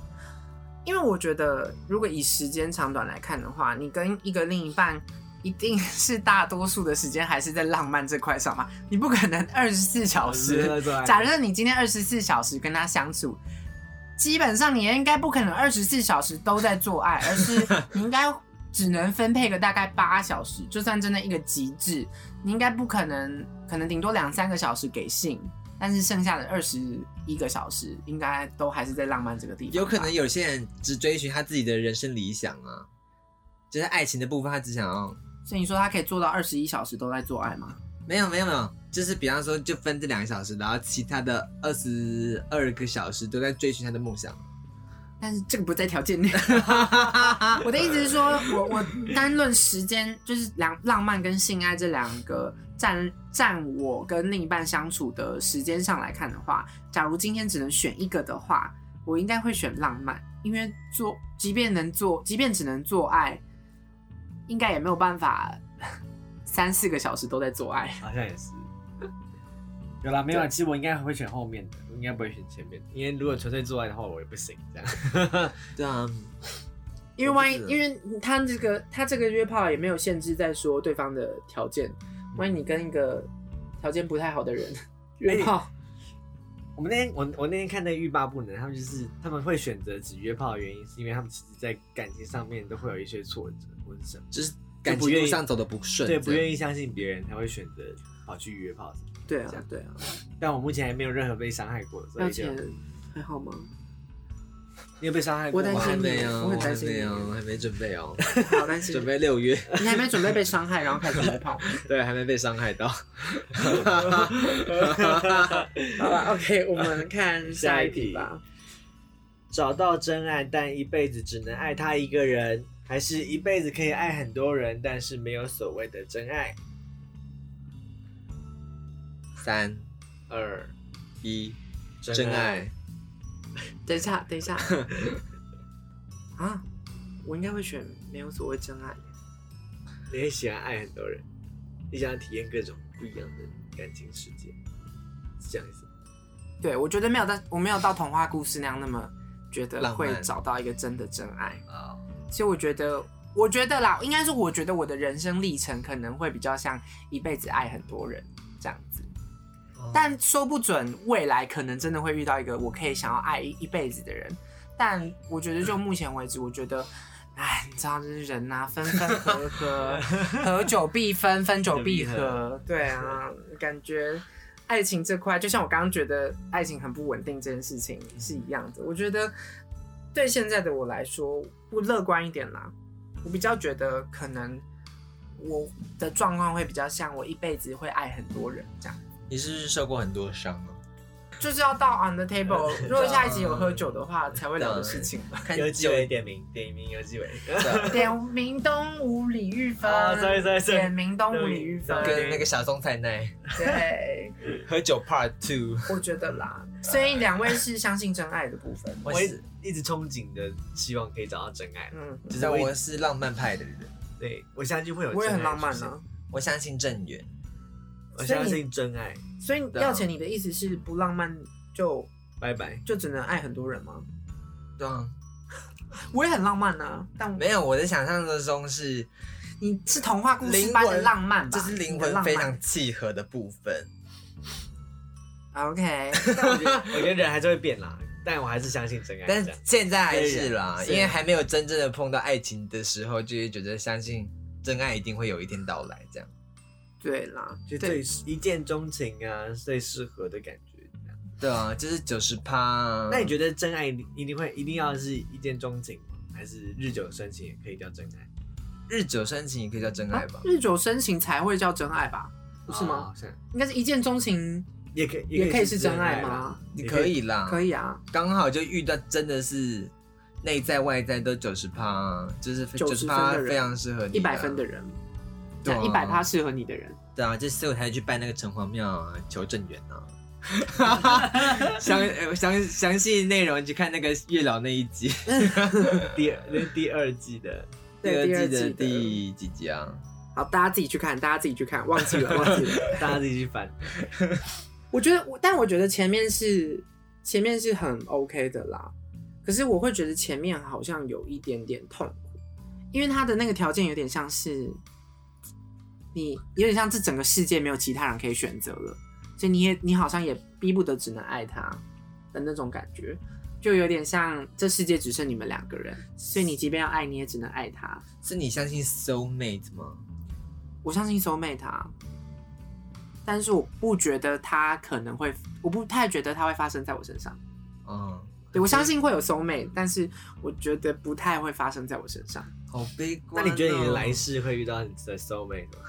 D: 因为我觉得，如果以时间长短来看的话，你跟一个另一半一定是大多数的时间还是在浪漫这块上嘛，你不可能二十四小时。假
A: 假
D: 设你今天二十四小时跟他相处，基本上你也应该不可能二十四小时都在做爱， 而是你应该只能分配个大概八小时，就算真的一个极致，你应该不可能，可能顶多两三个小时给性。但是剩下的二十一个小时，应该都还是在浪漫这个地方吧。
C: 有可能有些人只追寻他自己的人生理想啊，就是爱情的部分，他只想要
D: 所以你说他可以做到二十一小时都在做爱吗？
C: 没有没有没有，就是比方说就分这两个小时，然后其他的二十二个小时都在追寻他的梦想。
D: 但是这个不在条件内。 我的意思是说，我我单论时间，就是两浪漫跟性爱这两个占占我跟另一半相处的时间上来看的话，假如今天只能选一个的话，我应该会选浪漫，因为做即便能做，即便只能做爱，应该也没有办法三四个小时都在做爱。
A: 好像也是。有啦，没有啦。其实我应该会选后面的，我应该不会选前面的，因为如果纯粹做爱的话，我也不行这样。
C: 对啊，
D: 因为万一
C: 我不，知
D: 因为他这个他这个约炮也没有限制在说对方的条件，万一你跟一个条件不太好的人约炮，
A: 我们那天我我那天看那个欲罢不能，他们就是他们会选择只约炮的原因，是因为他们其实在感情上面都会有一些挫折或者什么，
C: 就是
A: 就
C: 感
A: 不
C: 情
A: 愿
C: 路
A: 意
C: 上走的不顺，
A: 对，不愿
C: 意。
A: 意相信别人才会选择跑去约炮什么的。
D: 对啊对啊，
A: 但我目前还没有任何被伤害过，所
D: 要
A: 以就
D: 钱还好吗？
A: 你有被伤害过
D: 我
A: 吗？
D: 担
C: 我还
D: 心
C: 没有，
D: 我
C: 我
D: 很
C: 还
D: 担心
C: 没
D: 你
C: 有，还没准 备哦，
D: 好担 心
C: 准，备六月，
D: 你还没准备被伤害，然后开始约炮。
C: 对，还没被伤害到。
D: 好了，OK，我 们看下一题吧。
A: 找到真爱，但一辈子只能爱他一个人，还是一辈子可以爱很多人，但是没有所谓的真爱？
C: 三
A: 二，
C: 一，
A: 真
C: 真
A: 爱
C: 爱。
D: 等一下，等一 下，啊，我应该会选没有所谓真爱。
A: 你也喜欢爱很多人，你想要体验各种不一样的感情世界，是这样子。
D: 对我觉得没有到，我没有到童话故事那样那么觉得
C: 浪
D: 会
C: 漫
D: 找到一个真的真爱。
C: 啊、
D: 其实我觉得，我觉得啦，应该是我觉得我的人生历程可能会比较像一辈子爱很多人这样子，
C: 哦
D: 但说不准未来可能真的会遇到一个我可以想要爱一一辈子的人。但我觉得就目前为止，我觉得。哎，你知道，就是人呐、分分合 合，合久必分，分久必
A: 分久必
D: 合。对啊，感觉爱情这块，就像我刚刚觉得爱情很不稳定这件事情是一样的。我觉得对现在的我来说，不乐观一点啦。我比较觉得可能我的状况会比较像我一辈子会爱很多人这样，
C: 你是不是受过很多伤啊？
D: 就是要到 on the table。如果下一集有喝酒的话，才会聊的事情。
C: 看
A: 有纪
C: 久
A: 委点名，点名有纪委。
D: 点名东吴李玉 芬
A: 啊，sorry sorry sorry
D: 点名东吴李玉芬，
A: 对
C: 跟那个小松菜奈
D: 对，
C: 喝酒 Part Two，
D: 我觉 得啦。所以两位是相信真爱的部分，
A: 我
C: 我
A: 一
C: 是
A: 一直憧憬的，希望可以找到真爱。
D: 嗯，
A: 就是
C: 但
A: 我一
C: 我是浪漫派的人，
A: 对我相信会有真爱，
D: 我也很浪漫
A: 是不是
D: 啊。
C: 我相信正缘。
A: 我相信真爱，
D: 所以
C: 啊
D: 要钱，你的意思是不浪漫就
A: 拜拜。
D: 就只能爱很多人吗？
C: 对啊，
D: 我也很浪漫啊，但
C: 没有我的想象中是，
D: 你是童话故事般的浪漫吧？
C: 这是灵
D: 你的
C: 魂
D: 浪
C: 非
D: 漫
C: 常契合的部分。
D: OK，
A: 我觉得我觉得人还是会变啦，但我还是相信真爱。
C: 但
A: 这样
C: 现在还是啦，
A: 对
C: 因为还没有真正的碰到爱情的时候，就会觉得相信真爱一定会有一天到来。这样，
D: 对 啦，
A: 就
D: 对
A: 最一见钟情啊，最适合的感觉。这样
C: 对啊，就是九十趴。啊
A: 那你觉得真爱一定会一定要是一见钟情吗？还是日久生情也可以叫真爱？
C: 日久生情也可以叫真爱吧
D: 啊？日久生情才会叫真爱吧？不是
A: 啊
D: 吗？？
A: 好像
D: 应该是一见钟情
A: 也可以
D: 也可以是真
A: 爱
D: 爱
A: 吧
D: 吗？
C: 你可以啦，
D: 可以啊，
C: 刚好就遇到真的是内在外在都九十趴，啊就是九十
D: 90
C: 趴
D: 分的人
C: 非常适合你、
D: 一百分的，人，
C: 对啊
D: 一百趴适合你的人，
C: 对啊，这所以我才去拜那个城隍庙啊，求正缘啊。详呃详详细内容去看那个月老那一集，
A: 第二那是第二季的
D: 对
C: 第二季的
D: 第二季的
C: 第几集啊？
D: 好，大家自己去看，大家自己去看，忘记了，忘记了。
A: 大家自己去 翻。
D: 我觉得我，但我觉得前面是前面是很 OK 的啦，可是我会觉得前面好像有一点点痛苦，因为他的那个条件有点像是你有点像这整个世界没有其他人可以选择了，所以你也你好像也逼不得只能爱他的那种感觉，就有点像这世界只剩你们两个人，所以你即便要爱你也只能爱他。
C: 是你相信 soul mate 吗？
D: 我相信 soul mate 啊，但是我不觉得他可能会，我不太觉得它会发生在我身上。
C: 嗯，
D: 对我相信会有 soul mate，但是我觉得不太会发生在我身上。
C: 好悲
A: 那
C: 观哦、
A: 你觉得你的来世会遇到你的 soul mate 吗？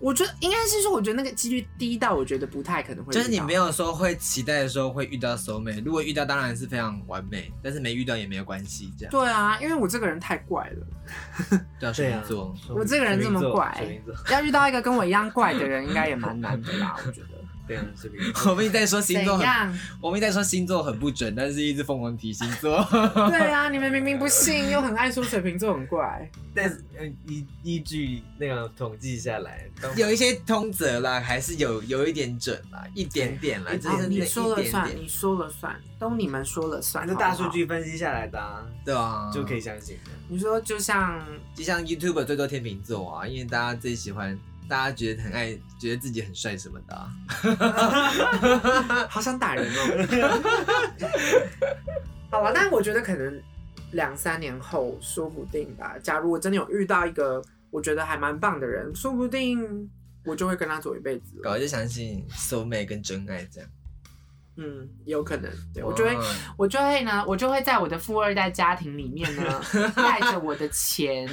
D: 我觉得应该是说，我觉得那个几率低到我觉得不太可能会遇到。
C: 就是你没有说会期待的时候会遇到 soul mate，如果遇到当然是非常完美，但是没遇到也没有关系，这样。
D: 对啊，因为我这个人太怪了，
C: 对啊，水瓶座，
D: 我这个人这么怪
A: 水瓶座，
D: 要遇到一个跟我一样怪的人，应该也蛮难的 啦。我觉得
A: 对啊，水瓶
C: 我
A: 座。
C: 们一直在说星座很
D: 怎样？
C: 我们一直在说星座很不准，但是一直疯狂提星座。
D: 对啊，你们明明不信，又很爱说水瓶座很怪。
A: 但是呃依依据那个统计下来，当
C: 有一些通则啦，还是有有一点准啦，一点点啦，
A: 对
C: 只
D: 哦
C: 是
D: 你
C: 那
D: 说了
C: 一点
D: 算，
C: 点，
D: 你说了算，都你们说了算。
A: 反正
D: 好不
A: 大
D: 好
A: 数据分析下来的、啊，
C: 对啊，
A: 就可以。相信的。
D: 你说就像
C: 就像 YouTube 最多天秤座啊，因为大家最喜欢，大家觉得很爱，觉得自己很帅什么的、啊。
D: 好想打人哦。 好了，但我觉得可能两三年后说不定吧。假如我真的有遇到一个我觉得还蛮棒的人，说不定我就会跟他走一辈子
C: 搞
D: 了。
C: 就相信 soul mate 跟真爱这样。啊
D: 嗯，有可能。对我就会
C: 哇，
D: 我就会呢，我就会在我的富二代家庭里面呢， 带着我的钱，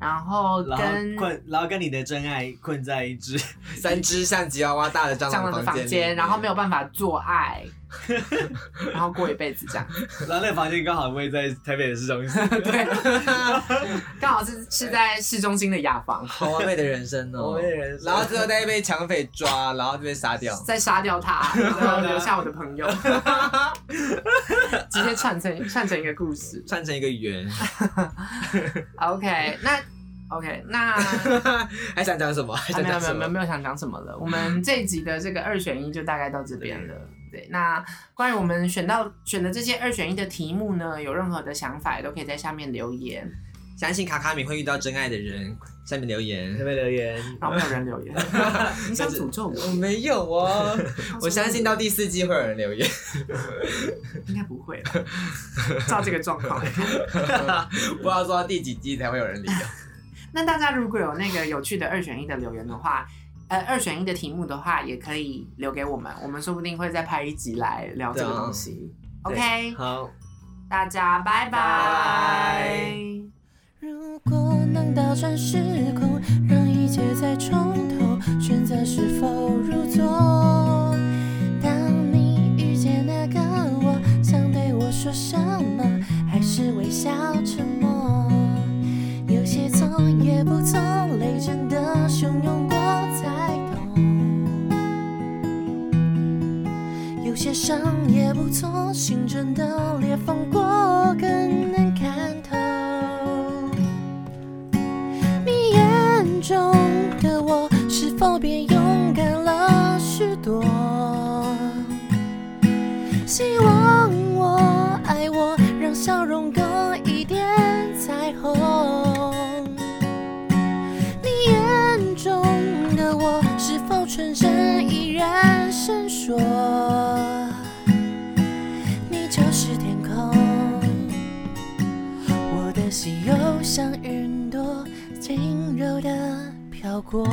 D: 然后
A: 然
D: 跟
A: 后困，然后跟你的真爱困在一只，
C: 三只像吉娃娃大的蟑
D: 蟑螂的
C: 房
D: 房
C: 里
D: 间，
C: 面
D: 然后 没有办法做爱，然后过一辈子这样。
A: 然后那房间刚好位在台北的市中心。
D: 对，刚好是是在市中心的雅房，
C: 好完美的人生哦、
A: 完美的人生
C: 然后最后再被抢匪抓，然后就被杀掉。
D: 再杀掉 他，然后留下我的朋友， 直接串成串成一个故事。
C: 串成一个圆，
D: OK，那 OK，那
C: 还想讲什么？还想
D: 啊没
C: 讲
D: 有没
C: 什
D: 有没有
C: 么？
D: 没有想讲什么了。我们这一集的这个二选一就大概到这边了。
C: 嗯
D: 对，那关于我们选到选的这些二选一的题目呢，有任何的想法也都可以在下面留言。
C: 相信卡卡米会遇到真爱的人，下面留
A: 下
C: 言。
A: 面留言，
D: 然后没有 人留言，你想诅咒我？
C: 我没有哦，我相信到第四季会有人留言，
D: 应该不会了，照这个状况来看。
C: 不知道做到第几季才会有人理由。
D: 那大家如果有那个有趣的二选一的留言的话，呃，二选一的题目的话，也可以留给我们，我们说不定会再拍一集来聊这个
C: 对啊
D: 东西。
A: 对
D: OK，
A: 好，
D: 大家拜拜。
E: 如果能倒转时空，让一切再从头，选择是否入座？当你遇见那个我，想对我说什么？还是微笑沉默？有些从也不从，泪真的汹涌过才懂。有些伤也不错，心真的裂缝过更能看透。你眼中的我，是否变勇敢了许多？希望我爱我，让笑容多一点彩虹。你眼中的我，是否纯真依然闪烁？你就是天空，我的心又像云朵，轻柔的飘过。